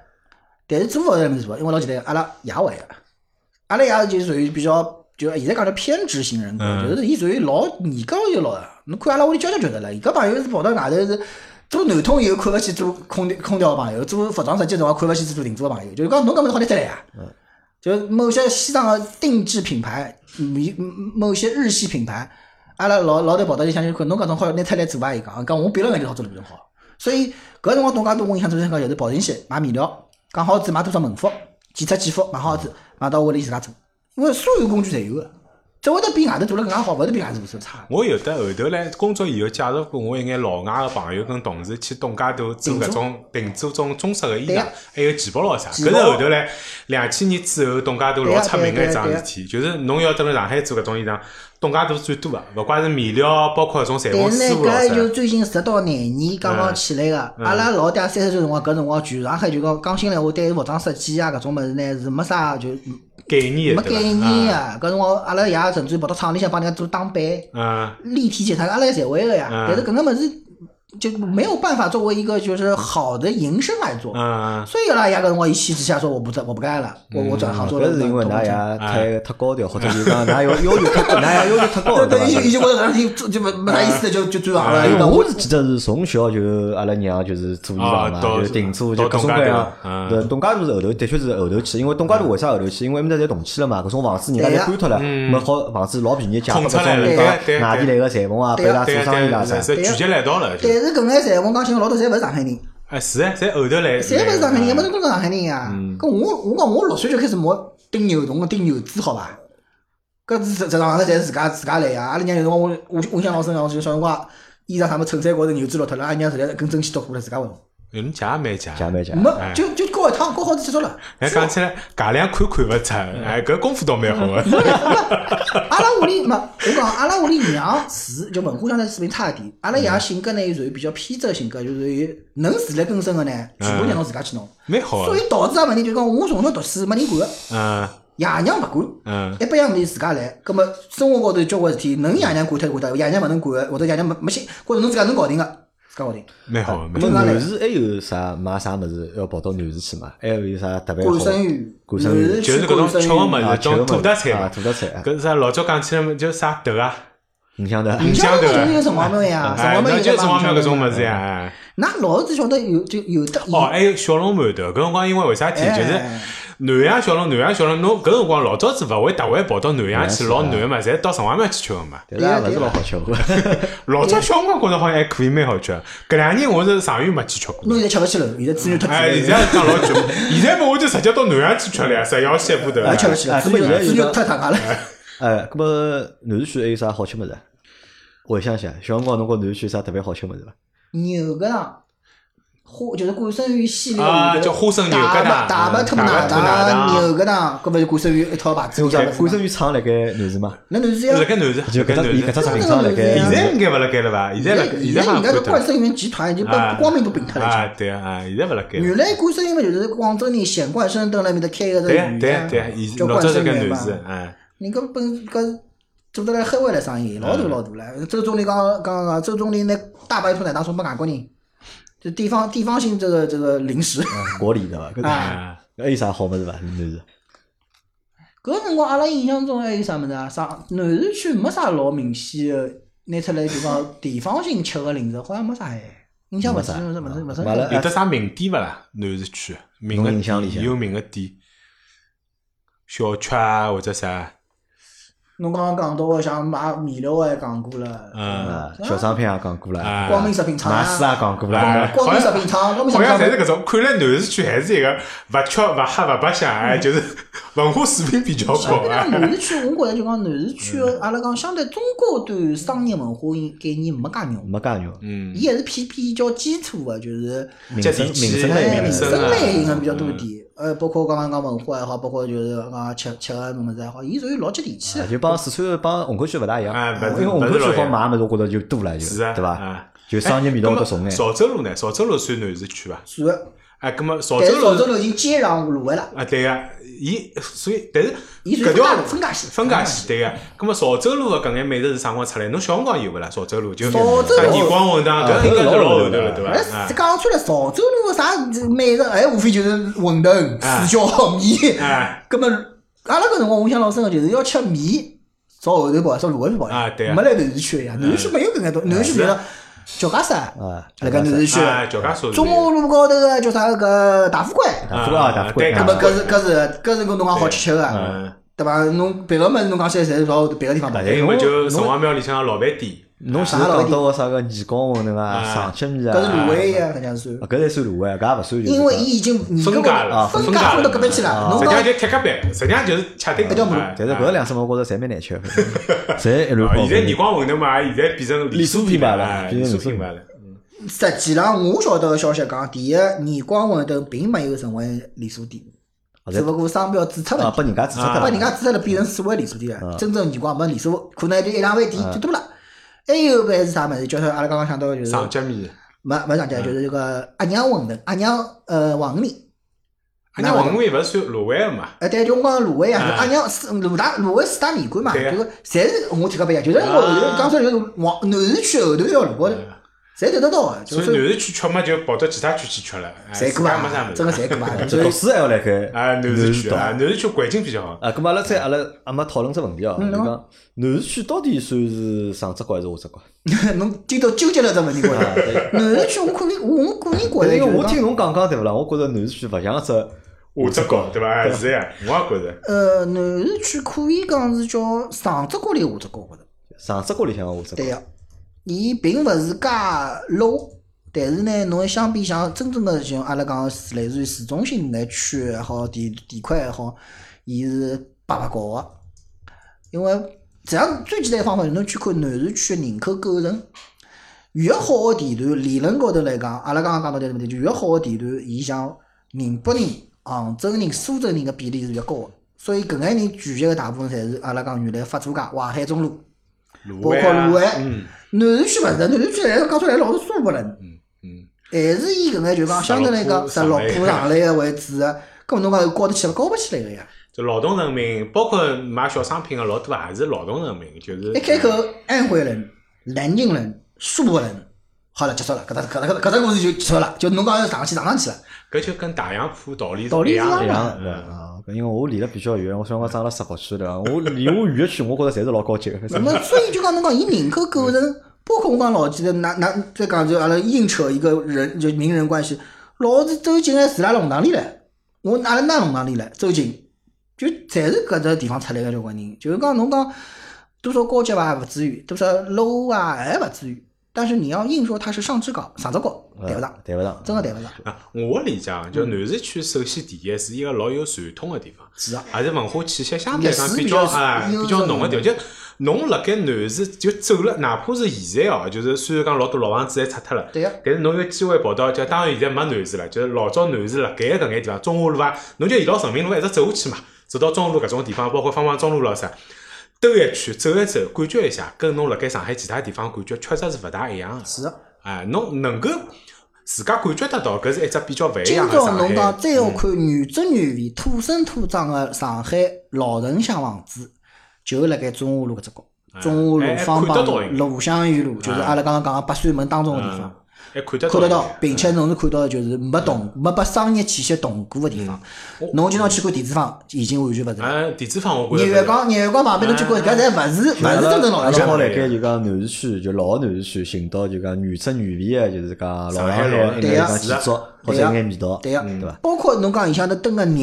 [SPEAKER 3] 但是做勿是面做，因为老简单，阿拉爷会个。阿拉爷就属于比较，就现在讲叫偏执型人格，
[SPEAKER 1] 嗯
[SPEAKER 3] 就是伊属于老严格要求老个。啊侬看阿拉屋里交交就得了，伊搿朋友是跑到外头是做男统以后看勿起做空调空调个朋友，做服装设计辰光看勿起做定做个朋友，就是讲侬搿物事好拿出来呀。就是某些西藏个定制品牌，米某些日系品牌，阿拉老老头跑到里向去看，侬搿种好拿出来做伐？伊讲，讲我比了眼就好做了比较好。所以搿辰光董家渡我印象最深刻就是跑进去买面料，讲好子买多少门幅，检测几幅，买好子买到屋里自家做，因为所有工具侪有个，只会得比外头做了更加好，勿是比外头做得差。
[SPEAKER 1] 我有的后头来工作以后介绍过我一眼老外个朋友跟同事去董家渡做搿种定做种中式个衣
[SPEAKER 3] 对啊
[SPEAKER 1] 裳
[SPEAKER 3] 呀，
[SPEAKER 1] 还有旗袍咯啥。啊
[SPEAKER 3] 旗
[SPEAKER 1] 搿
[SPEAKER 3] 袍
[SPEAKER 1] 是后头来两千年之后董家渡
[SPEAKER 3] 对
[SPEAKER 1] 老
[SPEAKER 3] 呀
[SPEAKER 1] 出名个一桩事
[SPEAKER 3] 对啊呀
[SPEAKER 1] 体，就是侬要等辣上海做搿种衣裳，董家渡最多个，勿怪是面料，包括搿种裁缝
[SPEAKER 3] 但是
[SPEAKER 1] 师啊
[SPEAKER 3] 呢，
[SPEAKER 1] 傅咯
[SPEAKER 3] 搿就
[SPEAKER 1] 啥。
[SPEAKER 3] 最近十到廿年刚刚起来个。阿拉老爹三十岁辰光，搿辰光全上海就讲讲心里话，对服装设计啊搿种物事呢是没啥就
[SPEAKER 1] 概念的
[SPEAKER 3] 没概
[SPEAKER 1] 对伐
[SPEAKER 3] 念
[SPEAKER 1] 啊
[SPEAKER 3] 啊！搿辰光阿拉爷甚至跑到厂里向帮人家做打板、
[SPEAKER 1] 嗯，
[SPEAKER 3] 立体检查，阿拉也侪会个呀。
[SPEAKER 1] 嗯
[SPEAKER 3] 但是搿个物事就没有办法作为一个就是好的营生来做。
[SPEAKER 1] 嗯，
[SPEAKER 3] 所以阿拉爷搿辰光一气之下说我不做，我不干了，我我转行做了
[SPEAKER 2] 搿
[SPEAKER 3] 董。
[SPEAKER 2] 是因为
[SPEAKER 3] 董
[SPEAKER 2] 㑚
[SPEAKER 3] 监
[SPEAKER 2] 爷太太高调，或者就是讲㑚要要求太高，㑚爷要求太高，
[SPEAKER 3] 对对，伊就伊
[SPEAKER 2] 伐？
[SPEAKER 3] 就觉得搿事体就没没啥意思，就就转行了。
[SPEAKER 1] 嗯
[SPEAKER 3] 伊
[SPEAKER 2] 因为
[SPEAKER 3] 讲
[SPEAKER 2] 我是记得是从小就阿拉娘就是做衣裳嘛，就是定做就各种各样。对，董家渡是后头，的确是后头去，因为董家渡为啥后头去？因为面搭侪动迁了嘛，搿种房子人家侪搬脱了，没好房子老便宜，价格种讲外地来个裁缝啊，被伊拉做
[SPEAKER 1] 对
[SPEAKER 2] 生意
[SPEAKER 1] 对
[SPEAKER 2] 啦啥
[SPEAKER 1] 对，。是
[SPEAKER 3] 啊
[SPEAKER 1] 聚集来到了，就
[SPEAKER 3] 但是搿眼裁缝讲新闻老多侪勿是上海人，
[SPEAKER 1] 哎是哎，侪后头来，嗯
[SPEAKER 3] 侪勿是上海人，也没人跟上海人呀。搿啊我我讲我六岁就开始摸钉牛洞、钉牛子，好伐？搿是实实上头侪是自家自家来呀。啊阿拉娘有辰光我我我印象老深，我就小辰光衣裳啥么衬衫高头牛子落脱了，阿拉娘实在根针线倒过来自家弄，
[SPEAKER 1] 哎侬假蛮假。
[SPEAKER 2] 假蛮假，
[SPEAKER 3] 没就就搞一趟，搞好子结束了。
[SPEAKER 1] 哎，讲起来，价量看看勿出，
[SPEAKER 3] 嗯
[SPEAKER 1] 哎，搿功夫倒蛮好个。
[SPEAKER 3] 阿拉屋里没，我讲阿拉屋里娘是就文化上头水平差一点，阿拉爷性格呢又属于比较偏执的性格，就属于能自力更生的呢，全部让侬自家去弄。
[SPEAKER 1] 蛮好啊
[SPEAKER 3] 所
[SPEAKER 1] 个，
[SPEAKER 3] 以导致啥问题？就是讲我从小读书没人管的，
[SPEAKER 1] 嗯
[SPEAKER 3] 爷娘勿管。
[SPEAKER 1] 嗯
[SPEAKER 3] 一般样物事自家来，葛末生活高头交关事体，能爷娘管脱就管脱，爷娘勿能管，或者爷娘没没心，或者侬自家能搞定个，自家搞定。
[SPEAKER 1] 蛮好个，蛮
[SPEAKER 2] 么
[SPEAKER 1] 好。
[SPEAKER 2] 南市还有啥买啥物事要跑到南市去嘛？还有啥特别好？
[SPEAKER 3] 管生鱼，
[SPEAKER 2] 管生鱼
[SPEAKER 3] 男士
[SPEAKER 1] 就是
[SPEAKER 3] 去
[SPEAKER 1] 搿种
[SPEAKER 3] 管生
[SPEAKER 1] 哦吃个
[SPEAKER 3] 鱼
[SPEAKER 1] 物
[SPEAKER 2] 啊，
[SPEAKER 1] 事，种土特产
[SPEAKER 2] 啊，
[SPEAKER 1] 嘛。嗯
[SPEAKER 2] 土特产，
[SPEAKER 1] 搿是啥老早讲起来嘛，就啥豆啊，
[SPEAKER 2] 你想的
[SPEAKER 3] 你
[SPEAKER 1] 香
[SPEAKER 3] 像
[SPEAKER 1] 豆
[SPEAKER 3] 搿
[SPEAKER 1] 啊
[SPEAKER 3] 种有辰光庙呀，辰
[SPEAKER 1] 哎，
[SPEAKER 3] 光庙
[SPEAKER 1] 那
[SPEAKER 3] 有
[SPEAKER 1] 就是
[SPEAKER 3] 辰
[SPEAKER 1] 王庙搿种物事
[SPEAKER 3] 呀。
[SPEAKER 1] 呀。
[SPEAKER 2] 嗯
[SPEAKER 1] 哎
[SPEAKER 3] 㑚老是晓得有就有的有
[SPEAKER 1] 哦，还有小笼馒头，搿辰光因为为啥体
[SPEAKER 3] 哎
[SPEAKER 1] 就是。南洋小笼，南洋小笼，侬搿辰光老早子勿会特会跑到南洋去，老难嘛，侪到城隍庙去吃个嘛。
[SPEAKER 2] 但是也勿是老好吃。
[SPEAKER 1] 老早小辰光觉着好像还可以，蛮好吃。搿两年我是上远没去吃
[SPEAKER 2] [laughs]
[SPEAKER 1] 过。
[SPEAKER 3] 侬现在吃勿起了，现在资源太
[SPEAKER 1] 哎，
[SPEAKER 3] 贵
[SPEAKER 1] 现
[SPEAKER 3] 了，
[SPEAKER 1] 在讲老久，现在嘛我就直接到南洋去吃了呀，十幺线铺头。
[SPEAKER 3] 吃勿起了，
[SPEAKER 2] 哎
[SPEAKER 3] 资源
[SPEAKER 2] 搿么现在
[SPEAKER 3] 资
[SPEAKER 2] 有
[SPEAKER 3] 源
[SPEAKER 2] 的
[SPEAKER 3] 太大家了。
[SPEAKER 2] [laughs] 哎，搿么南市区还有啥好吃物事啊？回想一下，小辰光侬觉南市区有啥特别好吃物事伐？
[SPEAKER 3] 牛膈肠，花就是管生鱼系列
[SPEAKER 1] 啊
[SPEAKER 3] 里头
[SPEAKER 1] 叫花生牛膈肠
[SPEAKER 3] 大白
[SPEAKER 1] 嗯
[SPEAKER 3] 特么
[SPEAKER 1] 大白
[SPEAKER 3] 哪
[SPEAKER 1] 兔奶
[SPEAKER 3] 大
[SPEAKER 1] 糖
[SPEAKER 3] 牛膈肠，搿勿是管生鱼一套牌子叫啥名字
[SPEAKER 2] 管哎
[SPEAKER 3] 吗？
[SPEAKER 2] 生鱼厂辣盖南市嘛，
[SPEAKER 3] 那南市
[SPEAKER 1] 辣
[SPEAKER 3] 要
[SPEAKER 1] 盖南市，
[SPEAKER 2] 就
[SPEAKER 1] 辣盖
[SPEAKER 2] 搿
[SPEAKER 1] 南
[SPEAKER 2] 只伊
[SPEAKER 1] 市
[SPEAKER 2] 搿。只食品厂辣盖
[SPEAKER 3] 现
[SPEAKER 1] 现
[SPEAKER 2] 南
[SPEAKER 1] 在
[SPEAKER 2] 市。
[SPEAKER 1] 应该勿辣盖了伐？现在辣，
[SPEAKER 3] 现
[SPEAKER 1] 在
[SPEAKER 3] 在
[SPEAKER 1] 好
[SPEAKER 3] 人家
[SPEAKER 1] 像
[SPEAKER 3] 是
[SPEAKER 1] 看
[SPEAKER 3] 冠
[SPEAKER 1] 脱。
[SPEAKER 3] 生云集团已经把
[SPEAKER 1] 啊，
[SPEAKER 3] 光明都并脱了已
[SPEAKER 1] 啊
[SPEAKER 3] 经。，
[SPEAKER 1] 对啊，啊，现在勿辣盖了。
[SPEAKER 3] 原来冠生云嘛，就是广州人县冠生蹲辣面搭开个这个
[SPEAKER 1] 对啊
[SPEAKER 3] 鱼
[SPEAKER 1] 对啊对啊，以
[SPEAKER 3] 叫
[SPEAKER 1] 老
[SPEAKER 3] 冠
[SPEAKER 1] 早
[SPEAKER 3] 生
[SPEAKER 1] 是搿
[SPEAKER 3] 园
[SPEAKER 1] 南
[SPEAKER 3] 嘛
[SPEAKER 1] 市，。嗯，
[SPEAKER 3] 人家本搿做得来海外来生意，老大
[SPEAKER 1] 嗯
[SPEAKER 3] 老大了。周总理刚刚刚刚，周总理拿大白兔奶糖送拨外国人，就地方地方性这个这个零食。
[SPEAKER 1] 嗯
[SPEAKER 2] 国里对伐？搿
[SPEAKER 3] 啊
[SPEAKER 1] 啊，
[SPEAKER 2] 还有啥好物事伐？南市
[SPEAKER 3] [laughs] 搿辰光阿拉印象中还有啥物事啊？啥南市区没啥老明显的拿出来，就讲地方性吃个零食，好像没啥哎。印象勿深，勿是勿是勿是
[SPEAKER 2] 没了
[SPEAKER 1] 哎有得啥名店勿啦？南市区名
[SPEAKER 2] 侬印象
[SPEAKER 1] 个
[SPEAKER 2] 里向
[SPEAKER 1] 有名个店，小吃啊或者啥，
[SPEAKER 3] 侬刚刚讲到个像买面料也讲过了，
[SPEAKER 1] 嗯
[SPEAKER 2] 啊，小商品也讲过了，
[SPEAKER 1] 啊，
[SPEAKER 3] 光明食品厂
[SPEAKER 2] 马斯也
[SPEAKER 3] 啊，
[SPEAKER 2] 讲过
[SPEAKER 1] 啊
[SPEAKER 2] 了，
[SPEAKER 3] 光明食品厂，光明食
[SPEAKER 1] 好像
[SPEAKER 3] 品厂
[SPEAKER 1] 侪是搿种，看来南市区还是一个勿吃勿喝勿白相，哎，就是 [laughs] 文化水平比较
[SPEAKER 3] 相
[SPEAKER 1] 高
[SPEAKER 3] 对
[SPEAKER 1] 啊
[SPEAKER 3] 讲。南市区，我觉着就讲南市区
[SPEAKER 1] 嗯
[SPEAKER 3] 的，阿拉讲相对中国对商业文化概念没介浓，
[SPEAKER 2] 没介牛，
[SPEAKER 1] 嗯，
[SPEAKER 3] 伊还是偏比较基础的，就是
[SPEAKER 2] 民
[SPEAKER 1] 接
[SPEAKER 2] 生
[SPEAKER 1] 地
[SPEAKER 2] 民
[SPEAKER 1] 气
[SPEAKER 2] 生
[SPEAKER 1] 哎
[SPEAKER 2] 类
[SPEAKER 3] 民
[SPEAKER 2] 民
[SPEAKER 3] 生
[SPEAKER 2] 生
[SPEAKER 3] 类
[SPEAKER 1] 啊嗯
[SPEAKER 3] 型的比较多点。呃，包括刚刚讲文化也好，包括就是讲吃吃个物事也好，伊属于老接地气
[SPEAKER 2] 啊
[SPEAKER 1] 哎
[SPEAKER 3] 的。
[SPEAKER 2] 就帮四川帮虹口区勿大一样
[SPEAKER 1] 啊，勿
[SPEAKER 2] 因为虹口
[SPEAKER 1] 勿是老
[SPEAKER 2] 区
[SPEAKER 1] 一
[SPEAKER 2] 好
[SPEAKER 1] 样
[SPEAKER 2] 买物事，我觉着就多了，就是
[SPEAKER 1] 啊，
[SPEAKER 2] 对伐？
[SPEAKER 1] 啊，
[SPEAKER 2] 就商业味道会得重哎眼。
[SPEAKER 1] 潮州路呢？潮州路算南市区伐？
[SPEAKER 3] 算的，
[SPEAKER 1] 哎，葛末潮
[SPEAKER 3] 但是
[SPEAKER 1] 州
[SPEAKER 3] 潮州
[SPEAKER 1] 路
[SPEAKER 3] 路已经接壤卢湾了，
[SPEAKER 1] 啊，对个，伊所以但是
[SPEAKER 3] 伊属于
[SPEAKER 1] 搿
[SPEAKER 3] 分
[SPEAKER 1] 条
[SPEAKER 3] 界路分界线，
[SPEAKER 1] 分界线对个。葛末潮州路个搿眼美食是啥辰光出来？侬小辰光有勿啦？潮州路就
[SPEAKER 3] 潮州
[SPEAKER 1] 啥
[SPEAKER 3] 路
[SPEAKER 1] 地光馄饨，
[SPEAKER 2] 啊
[SPEAKER 1] 搿应该是老后头了，对伐？
[SPEAKER 3] 哎
[SPEAKER 1] 啊，
[SPEAKER 3] 讲穿了，潮州路啥美食，哎，无非就是馄饨、
[SPEAKER 1] 啊
[SPEAKER 3] 水饺、面。
[SPEAKER 1] 哎，
[SPEAKER 3] 葛么，阿拉搿辰光我印象老深个就是要吃面，朝后头跑，朝卢湾去跑
[SPEAKER 1] 啊对啊嗯
[SPEAKER 3] 没来南市区一样，南市区没有搿眼东，南市区比如说乔家山，
[SPEAKER 2] 啊
[SPEAKER 3] 辣盖南市区，
[SPEAKER 1] 啊，乔家所
[SPEAKER 3] 中华路高头个叫啥个大富贵，
[SPEAKER 2] 大富贵啊，大富贵
[SPEAKER 1] 对
[SPEAKER 2] 啊
[SPEAKER 3] 葛么搿是搿是搿是搿辰光好吃吃个，
[SPEAKER 1] 嗯，
[SPEAKER 3] 对伐？侬别个物事侬讲起来侪是到别个地方跑
[SPEAKER 2] 大。家
[SPEAKER 1] 还有么就城
[SPEAKER 2] 侬
[SPEAKER 1] 隍庙里向个老饭店，
[SPEAKER 2] 侬前头讲到个啥个二光馄饨
[SPEAKER 1] 啊
[SPEAKER 2] 啊，上清面
[SPEAKER 3] 搿是
[SPEAKER 2] 啊
[SPEAKER 3] 卢，湾呀，搿像是
[SPEAKER 2] 啊，搿才算芦苇，搿也勿算就是。啊
[SPEAKER 3] 因为伊已经
[SPEAKER 1] 分界了，
[SPEAKER 3] 分
[SPEAKER 1] 界
[SPEAKER 3] 界分
[SPEAKER 1] 了
[SPEAKER 3] 到搿边去了，侬
[SPEAKER 1] 实际
[SPEAKER 3] 讲
[SPEAKER 1] 上就贴隔壁，实际上就是恰对
[SPEAKER 3] 一条马路
[SPEAKER 1] 哎
[SPEAKER 2] 但是搿两只物我觉着侪蛮难吃
[SPEAKER 1] [laughs]
[SPEAKER 2] 的，侪一
[SPEAKER 1] 啊
[SPEAKER 2] 乱
[SPEAKER 1] 现在逆光馄饨嘛，现在变成
[SPEAKER 2] 连锁品牌了
[SPEAKER 1] 哎
[SPEAKER 2] 变
[SPEAKER 1] 连
[SPEAKER 2] 成
[SPEAKER 1] 锁
[SPEAKER 2] 连锁
[SPEAKER 1] 品牌了。
[SPEAKER 3] 实际上，我晓得个消息讲，第一，年光馄饨并没有成为连锁店，
[SPEAKER 2] 啊
[SPEAKER 3] 只不过商标注册
[SPEAKER 2] 啊，
[SPEAKER 3] 了
[SPEAKER 2] 拨，人家注册脱
[SPEAKER 3] 把
[SPEAKER 2] 了
[SPEAKER 3] 人。家注册了变成所谓连锁店了。
[SPEAKER 1] 啊
[SPEAKER 3] 真正年光没连锁，可能就一两饭店最多了。还有个还是啥物事？叫啥？阿拉刚刚想到的就是
[SPEAKER 1] 上脚嗯面，
[SPEAKER 3] 没没上家，就是这个阿娘馄饨，阿娘呃黄鱼面。
[SPEAKER 1] 阿拉黄面勿是算芦苇个嘛？
[SPEAKER 3] 呃，对，就我讲卤味啊，
[SPEAKER 1] 啊
[SPEAKER 3] 阿娘四卤大卤味四大面馆嘛，
[SPEAKER 1] 对
[SPEAKER 3] 这
[SPEAKER 1] 啊
[SPEAKER 3] 个侪是我听个白相，就是我后头
[SPEAKER 1] 啊
[SPEAKER 3] 讲出来就是往南市区后头一条路高头，侪得得到个，
[SPEAKER 1] 所
[SPEAKER 3] 就
[SPEAKER 1] 以
[SPEAKER 3] 是
[SPEAKER 1] 南市区吃嘛，就跑到其他区去吃了，哎
[SPEAKER 3] 侪
[SPEAKER 1] 自
[SPEAKER 3] 过
[SPEAKER 1] 家没啥物，
[SPEAKER 3] 啊
[SPEAKER 1] 事
[SPEAKER 3] 真个侪过
[SPEAKER 1] [laughs]
[SPEAKER 3] 啊，所
[SPEAKER 2] 这
[SPEAKER 3] 以
[SPEAKER 2] 读书还要辣盖
[SPEAKER 1] 啊，南市区
[SPEAKER 2] 读
[SPEAKER 1] 啊，南市区环境比较好。
[SPEAKER 2] 啊，咁阿拉再阿拉阿没讨论只问题哦，
[SPEAKER 3] 嗯
[SPEAKER 2] 就讲南市区到底算是上只角还是下只角？
[SPEAKER 3] [laughs] 侬今朝纠结了这问题高头，南市区我可能我我个人觉
[SPEAKER 2] 因为
[SPEAKER 3] 着就是
[SPEAKER 2] 我听
[SPEAKER 3] 讲，
[SPEAKER 2] 侬讲讲啊对勿啦？我觉着南市区勿像只
[SPEAKER 1] 下只角对伐？哎是呀，我也觉着。
[SPEAKER 3] 呃，南市区可以讲是叫上只角里下只角高头，
[SPEAKER 2] 上只角里向个下只
[SPEAKER 3] 对
[SPEAKER 2] 角。
[SPEAKER 3] 个，伊并勿是介 low。但是呢，侬相比像真正的像阿拉讲市类似于市中心搿区也好，地地块也好，伊是八八高个。因为这样最简单的方法就是侬去看南市区的人口构成，越好的地段，理论高头来讲，阿拉刚刚讲到迭个问题，就越好的地段，伊像宁波人、杭州人、苏州人的比例是越高的。所以搿眼人聚集的大部分侪是阿拉讲原来发展界、淮海中路、
[SPEAKER 1] 芦
[SPEAKER 3] 包括
[SPEAKER 1] 苇啊
[SPEAKER 3] 芦苇
[SPEAKER 1] 嗯
[SPEAKER 3] 南市区勿是，南市区来讲出来老是苏北人，
[SPEAKER 1] 嗯，
[SPEAKER 3] 还是以搿眼就讲相对来讲
[SPEAKER 1] 十
[SPEAKER 3] 十
[SPEAKER 1] 六
[SPEAKER 3] 六
[SPEAKER 1] 铺
[SPEAKER 3] 铺上来个为主个，搿么侬讲高头去了高不起来个呀？
[SPEAKER 1] 就劳动人民，包括买小商品个老多也是劳动人民，就是
[SPEAKER 3] 一哎开口安徽人、南京人、苏北人，好了，结束了，搿只搿只搿只搿只故事就结束了，就侬讲要上去上上去了，
[SPEAKER 1] 搿就跟大洋铺道理
[SPEAKER 3] 道理
[SPEAKER 1] 一
[SPEAKER 3] 是
[SPEAKER 1] 样
[SPEAKER 3] 一
[SPEAKER 2] 一
[SPEAKER 1] 的
[SPEAKER 3] 样
[SPEAKER 2] 样的
[SPEAKER 1] 嗯
[SPEAKER 2] 啊，因为我离得比较远，我想讲长了石角区了，
[SPEAKER 3] [laughs]
[SPEAKER 2] 我离我远个区，我觉着侪是老高级个。
[SPEAKER 3] 那么所以就讲侬讲伊人口构成，包括我讲老几的，那那再讲就阿拉硬扯一个人就名人关系，老是周瑾还住辣弄堂里来，我阿拉㑚弄堂里来，周瑾就侪是搿只地方出来个交关人，就是讲侬讲多少高级伐，勿至于，多少 low 啊啊，还勿至于。但是你要硬说它是上只高上只高，
[SPEAKER 2] 嗯
[SPEAKER 3] 谈勿上，
[SPEAKER 2] 谈勿上，
[SPEAKER 3] 真个谈勿上。
[SPEAKER 1] 啊，我理解啊，就
[SPEAKER 3] 嗯
[SPEAKER 1] 南市区，首先第一是一个老有传统的地方，
[SPEAKER 3] 是啊，
[SPEAKER 1] 还是文化气息相对来
[SPEAKER 3] 历
[SPEAKER 1] 讲
[SPEAKER 3] 史
[SPEAKER 1] 比
[SPEAKER 3] 比
[SPEAKER 1] 较
[SPEAKER 3] 较
[SPEAKER 1] 啊
[SPEAKER 3] 悠
[SPEAKER 1] 比较
[SPEAKER 3] 久
[SPEAKER 1] 浓的地方。就侬辣盖南市就走了，哪怕是现在哦，就是虽然讲老多老房子侪拆脱了，
[SPEAKER 3] 对呀
[SPEAKER 1] 但是侬有机会跑到，就当然现在没南市了，就是老早南市辣盖搿眼地方，中华路啊，侬就沿牢人民路一直走下去嘛，走到中华路搿种地方，包括芳芳中路了啥。兜一圈，走一走，感觉一下，跟侬辣盖上海其他地方感觉确实是勿大一样的。
[SPEAKER 3] 是个。
[SPEAKER 1] 哎，侬能够自家感觉得到，搿是一只比较勿一
[SPEAKER 3] 今
[SPEAKER 1] 样的
[SPEAKER 3] 朝
[SPEAKER 1] 上
[SPEAKER 3] 侬
[SPEAKER 1] 海嗯
[SPEAKER 3] 讲。真要看原汁原味、土生土长的上海老城乡房子，就辣盖中华路搿只角，中华
[SPEAKER 1] 哎
[SPEAKER 3] 路、芳
[SPEAKER 1] 看得
[SPEAKER 3] 浜
[SPEAKER 1] 到应该
[SPEAKER 3] 路、五香园路，就是
[SPEAKER 1] 啊
[SPEAKER 3] 阿拉刚刚讲个八扇门当中个地
[SPEAKER 1] 嗯
[SPEAKER 3] 方。，
[SPEAKER 1] 还看得
[SPEAKER 3] 看得到
[SPEAKER 1] 到，，嗯
[SPEAKER 3] 并且侬是看到就是没动、没被商业气息动过个地方。侬今朝去过电子坊，已经完全勿是了。
[SPEAKER 1] 啊，地址方嗯我
[SPEAKER 3] 日
[SPEAKER 1] 觉
[SPEAKER 3] 月
[SPEAKER 1] 得哎
[SPEAKER 3] 光、日月光旁边侬去过，搿侪勿是勿是真正老
[SPEAKER 2] 阿拉
[SPEAKER 1] 乡
[SPEAKER 2] 好
[SPEAKER 1] 了
[SPEAKER 2] 辣盖就讲南市区，就老南市区寻到就讲原汁原味的，就是讲老
[SPEAKER 1] 上
[SPEAKER 2] 上
[SPEAKER 1] 海
[SPEAKER 2] 海
[SPEAKER 1] 老
[SPEAKER 2] 的
[SPEAKER 3] 对
[SPEAKER 2] 眼
[SPEAKER 3] 呀
[SPEAKER 2] 讲建筑或者
[SPEAKER 3] 对呀
[SPEAKER 2] 一眼味道，
[SPEAKER 3] 对
[SPEAKER 2] 呀，
[SPEAKER 3] 呀
[SPEAKER 1] 嗯
[SPEAKER 2] 对伐？
[SPEAKER 3] 包括侬讲里向头蹲个人，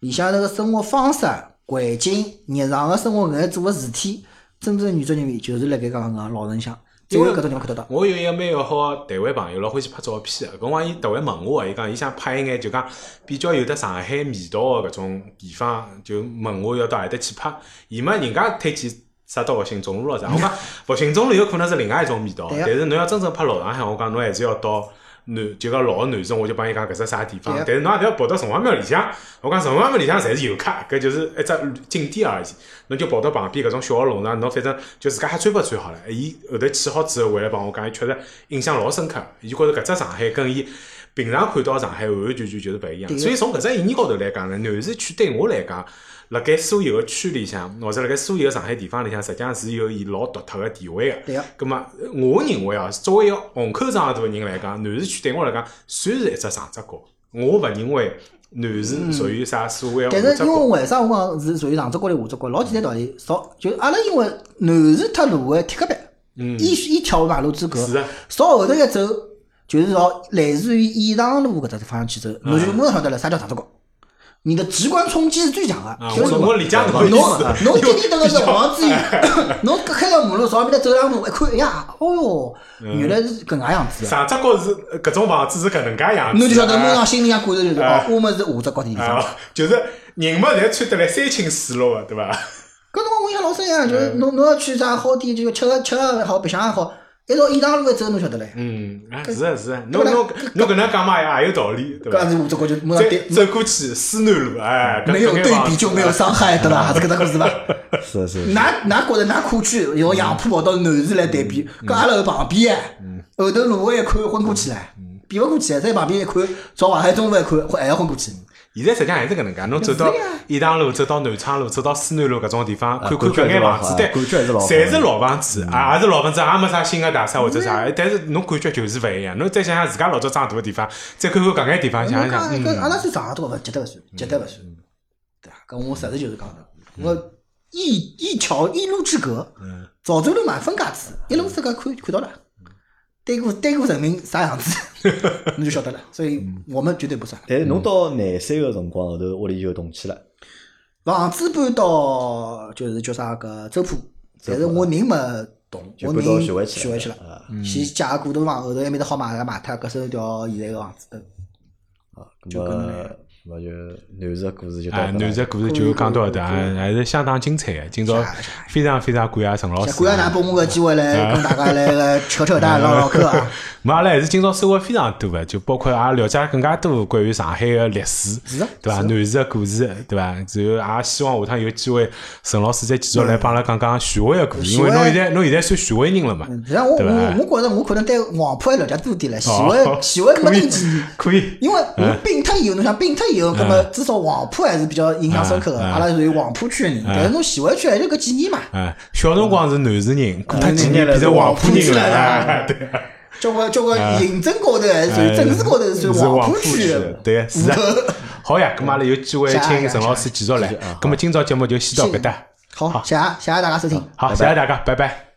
[SPEAKER 3] 里向头个生活方式、环境、日常个生活搿眼做个事体，真正原汁原味就是辣盖讲讲老城乡，只有搿种地方看得到。
[SPEAKER 1] 我有一个蛮要好的台湾朋友，老欢喜拍照片的。搿辰光伊特别问我，伊讲伊想拍一眼就讲比较有得上海味道的搿种地方，就问我要到何里搭去拍。伊嘛人家推荐啥到复兴中路咯啥，我
[SPEAKER 3] [laughs]
[SPEAKER 1] 讲复兴中路有可能是另外一种味道，
[SPEAKER 3] 对呀
[SPEAKER 1] 但是侬要真正拍老上海，我讲侬还是要到。南就讲老南市，我就帮伊讲搿是啥地方
[SPEAKER 3] 对呀，
[SPEAKER 1] 但是侬也勿要跑到城隍庙里向。我讲城隍庙里向侪是游客，搿就是一只景点而已。侬就跑到旁边搿种小个弄堂，侬反正就自家瞎穿吧穿好了。伊后头去好之后回来帮我讲，伊确实印象老深刻。伊觉着搿只上海跟伊平常看到上海完完全全就是勿一样。
[SPEAKER 3] 对
[SPEAKER 1] 所以从搿只意义高头来讲呢，南市区对我来讲，辣盖所有个区里向，或者辣盖所有个上海地方里向，实际上是有伊老独特个地位个。
[SPEAKER 3] 对个，
[SPEAKER 1] 咁么，我认为啊，作为一个虹口上大个人来讲，南市区对我来讲算是一只上只角。我勿认为南市属于啥所谓个
[SPEAKER 3] 但
[SPEAKER 1] 下
[SPEAKER 3] 是
[SPEAKER 1] 只
[SPEAKER 3] 嗯因
[SPEAKER 1] 角。
[SPEAKER 3] 为为啥我讲是属于上只角里下只角，老简单道理，少就阿拉因为南市脱路的铁壳板，
[SPEAKER 1] 嗯
[SPEAKER 3] 一一条马路之隔，
[SPEAKER 1] 是啊，
[SPEAKER 3] 朝后头一走，就是朝类似于延长路搿只方向去走，
[SPEAKER 1] 嗯
[SPEAKER 3] 侬就马上晓得了啥叫长直角。你的直观冲击是最强的
[SPEAKER 1] 啊，
[SPEAKER 3] 就是
[SPEAKER 1] 我我理解侬的
[SPEAKER 3] 侬
[SPEAKER 1] 意思
[SPEAKER 3] 哦侬
[SPEAKER 1] 就
[SPEAKER 3] 天天等个是王志宇，
[SPEAKER 1] 哎
[SPEAKER 3] [laughs] 侬开条马路上面的走两步，一看，哎呀，哦哟，
[SPEAKER 1] 嗯
[SPEAKER 3] 原来是搿能介样子的，
[SPEAKER 1] 上只角是呃搿种房子是搿能介样子的，
[SPEAKER 3] 侬就晓得马
[SPEAKER 1] 啊哎
[SPEAKER 3] 上心里向感受就是哦，我们是下只角的地方。
[SPEAKER 1] 啊，就是人嘛，侪穿得来三清四绿个，对伐？
[SPEAKER 3] 嗯搿辰光我印象老深呀，
[SPEAKER 1] 嗯
[SPEAKER 3] 就是侬侬要去啥好店，就吃个吃个也好，白相也好，一朝延长路一走，侬晓得唻，
[SPEAKER 1] 嗯，啊，是啊是啊，侬
[SPEAKER 3] 对
[SPEAKER 1] 侬
[SPEAKER 3] 不啦
[SPEAKER 1] 侬搿能讲嘛也也有道理，对
[SPEAKER 3] 搿样
[SPEAKER 1] 伐？
[SPEAKER 3] 子下只角就马上
[SPEAKER 1] 再
[SPEAKER 3] 对
[SPEAKER 1] 走过去思南路，哎，搿
[SPEAKER 3] 没有
[SPEAKER 1] 搿眼
[SPEAKER 3] 对
[SPEAKER 1] 房
[SPEAKER 3] 比
[SPEAKER 1] 子
[SPEAKER 3] 就没有伤害，对
[SPEAKER 1] 嗯
[SPEAKER 3] 伐？是搿只故事伐？
[SPEAKER 2] 是是。是
[SPEAKER 3] 哪哪觉着哪可去，用杨浦跑到南市来对比，
[SPEAKER 1] 嗯
[SPEAKER 3] 搿阿拉旁边哎，后头路一看昏过去了，
[SPEAKER 1] 嗯
[SPEAKER 3] 比勿过去了，在旁边一看，朝淮海中路一看，还要昏过去。
[SPEAKER 1] 现在实际上还是搿能介，侬走到
[SPEAKER 3] 是呀啊
[SPEAKER 1] 颐塘路、走到南昌路、走到思南路搿种地方，看看
[SPEAKER 2] 感
[SPEAKER 1] 搿
[SPEAKER 2] 觉还是
[SPEAKER 1] 眼
[SPEAKER 2] 老
[SPEAKER 1] 房子，
[SPEAKER 2] 好
[SPEAKER 1] 对，
[SPEAKER 2] 感觉还是老好
[SPEAKER 1] 侪是老房子，
[SPEAKER 3] 嗯
[SPEAKER 1] 啊，也是老房子，也没啥新个大厦或者啥，但是侬感觉就是勿一样。侬再想想自家老早长大个地方，再看看搿眼地方，想
[SPEAKER 3] 侬
[SPEAKER 1] 一想，
[SPEAKER 3] 讲一个啊
[SPEAKER 1] 嗯，
[SPEAKER 3] 阿拉算上海多勿，绝对勿算，绝对勿算，对伐？搿我实事求是讲的，
[SPEAKER 1] 嗯
[SPEAKER 3] 我一一桥一路之隔，赵州路满分家子，一路之隔看看到了，
[SPEAKER 1] 嗯
[SPEAKER 3] 对过对过人民啥样
[SPEAKER 1] [laughs]
[SPEAKER 3] 子，侬就晓得了。所以
[SPEAKER 1] 嗯
[SPEAKER 3] 我们绝对不算。
[SPEAKER 2] 但哎是侬到南山个辰光后头，屋里就动迁了，
[SPEAKER 3] 房子搬到就是叫啥个周浦，但是我人没动，
[SPEAKER 2] 就
[SPEAKER 3] 我
[SPEAKER 2] 搬到
[SPEAKER 3] 人
[SPEAKER 2] 徐汇
[SPEAKER 3] 徐
[SPEAKER 2] 去
[SPEAKER 3] 汇去了，
[SPEAKER 2] 啊
[SPEAKER 3] 先借个古头房，后头埃面搭好卖个卖脱，搿收掉现在个房子头。
[SPEAKER 2] 啊，
[SPEAKER 3] 就
[SPEAKER 2] 咁
[SPEAKER 3] 搿能
[SPEAKER 2] 么咁么
[SPEAKER 3] 样，
[SPEAKER 2] 就南市个故事就到
[SPEAKER 3] 哎
[SPEAKER 1] 啊，
[SPEAKER 2] 搿
[SPEAKER 1] 南
[SPEAKER 2] 搭
[SPEAKER 1] 石故事就讲到搿搭，啊还是相当精彩个。今朝
[SPEAKER 3] 是啊是
[SPEAKER 1] 非常非常感谢陈老师啊。
[SPEAKER 3] 感谢㑚拨我个机会来跟大家来个扯扯淡、唠唠嗑
[SPEAKER 1] [laughs]
[SPEAKER 3] 啊！
[SPEAKER 1] 咁阿拉还是今朝收获非常多个，就包括也了解更加多关于上海个历史，对伐？南市个故事，对伐？然后也希望下趟有机会，陈老师再继续来帮阿拉讲讲徐汇个故事，因为
[SPEAKER 3] 徐汇
[SPEAKER 1] 侬现在侬现在算徐汇人了嘛，
[SPEAKER 3] 实际上我
[SPEAKER 1] 对吧
[SPEAKER 3] 我我觉着我可能对黄浦还了解多点了，徐
[SPEAKER 1] 哦 [laughs]
[SPEAKER 3] 汇徐汇没
[SPEAKER 1] 可以
[SPEAKER 3] 那几年。
[SPEAKER 1] 可以。
[SPEAKER 3] 因为我并脱以后，侬想并脱以后，那么至少黄浦还是比较印象深刻的。
[SPEAKER 1] 嗯嗯
[SPEAKER 3] 阿拉属于黄浦区的人，但是侬徐汇区还就搿几年嘛，
[SPEAKER 1] 哎，小辰光是南市人，过脱几
[SPEAKER 2] 嗯
[SPEAKER 1] 年变成黄浦人
[SPEAKER 3] 是
[SPEAKER 1] 了，
[SPEAKER 3] 的
[SPEAKER 1] 哎 [laughs] 对，
[SPEAKER 3] 交关交关行政高头还是属
[SPEAKER 1] 哎
[SPEAKER 3] 于政治高头
[SPEAKER 1] 是
[SPEAKER 3] 属于黄
[SPEAKER 1] 浦
[SPEAKER 3] 浦区的。啊
[SPEAKER 1] 对，是啊。
[SPEAKER 3] [laughs]
[SPEAKER 1] 好呀，咁阿拉有机会
[SPEAKER 3] 下一个
[SPEAKER 1] 请陈老师继续来
[SPEAKER 2] 继续啊，
[SPEAKER 1] 咁么今朝节目就先到搿搭，
[SPEAKER 3] 好，谢谢谢谢大家收听。
[SPEAKER 1] 好，谢谢大家，拜拜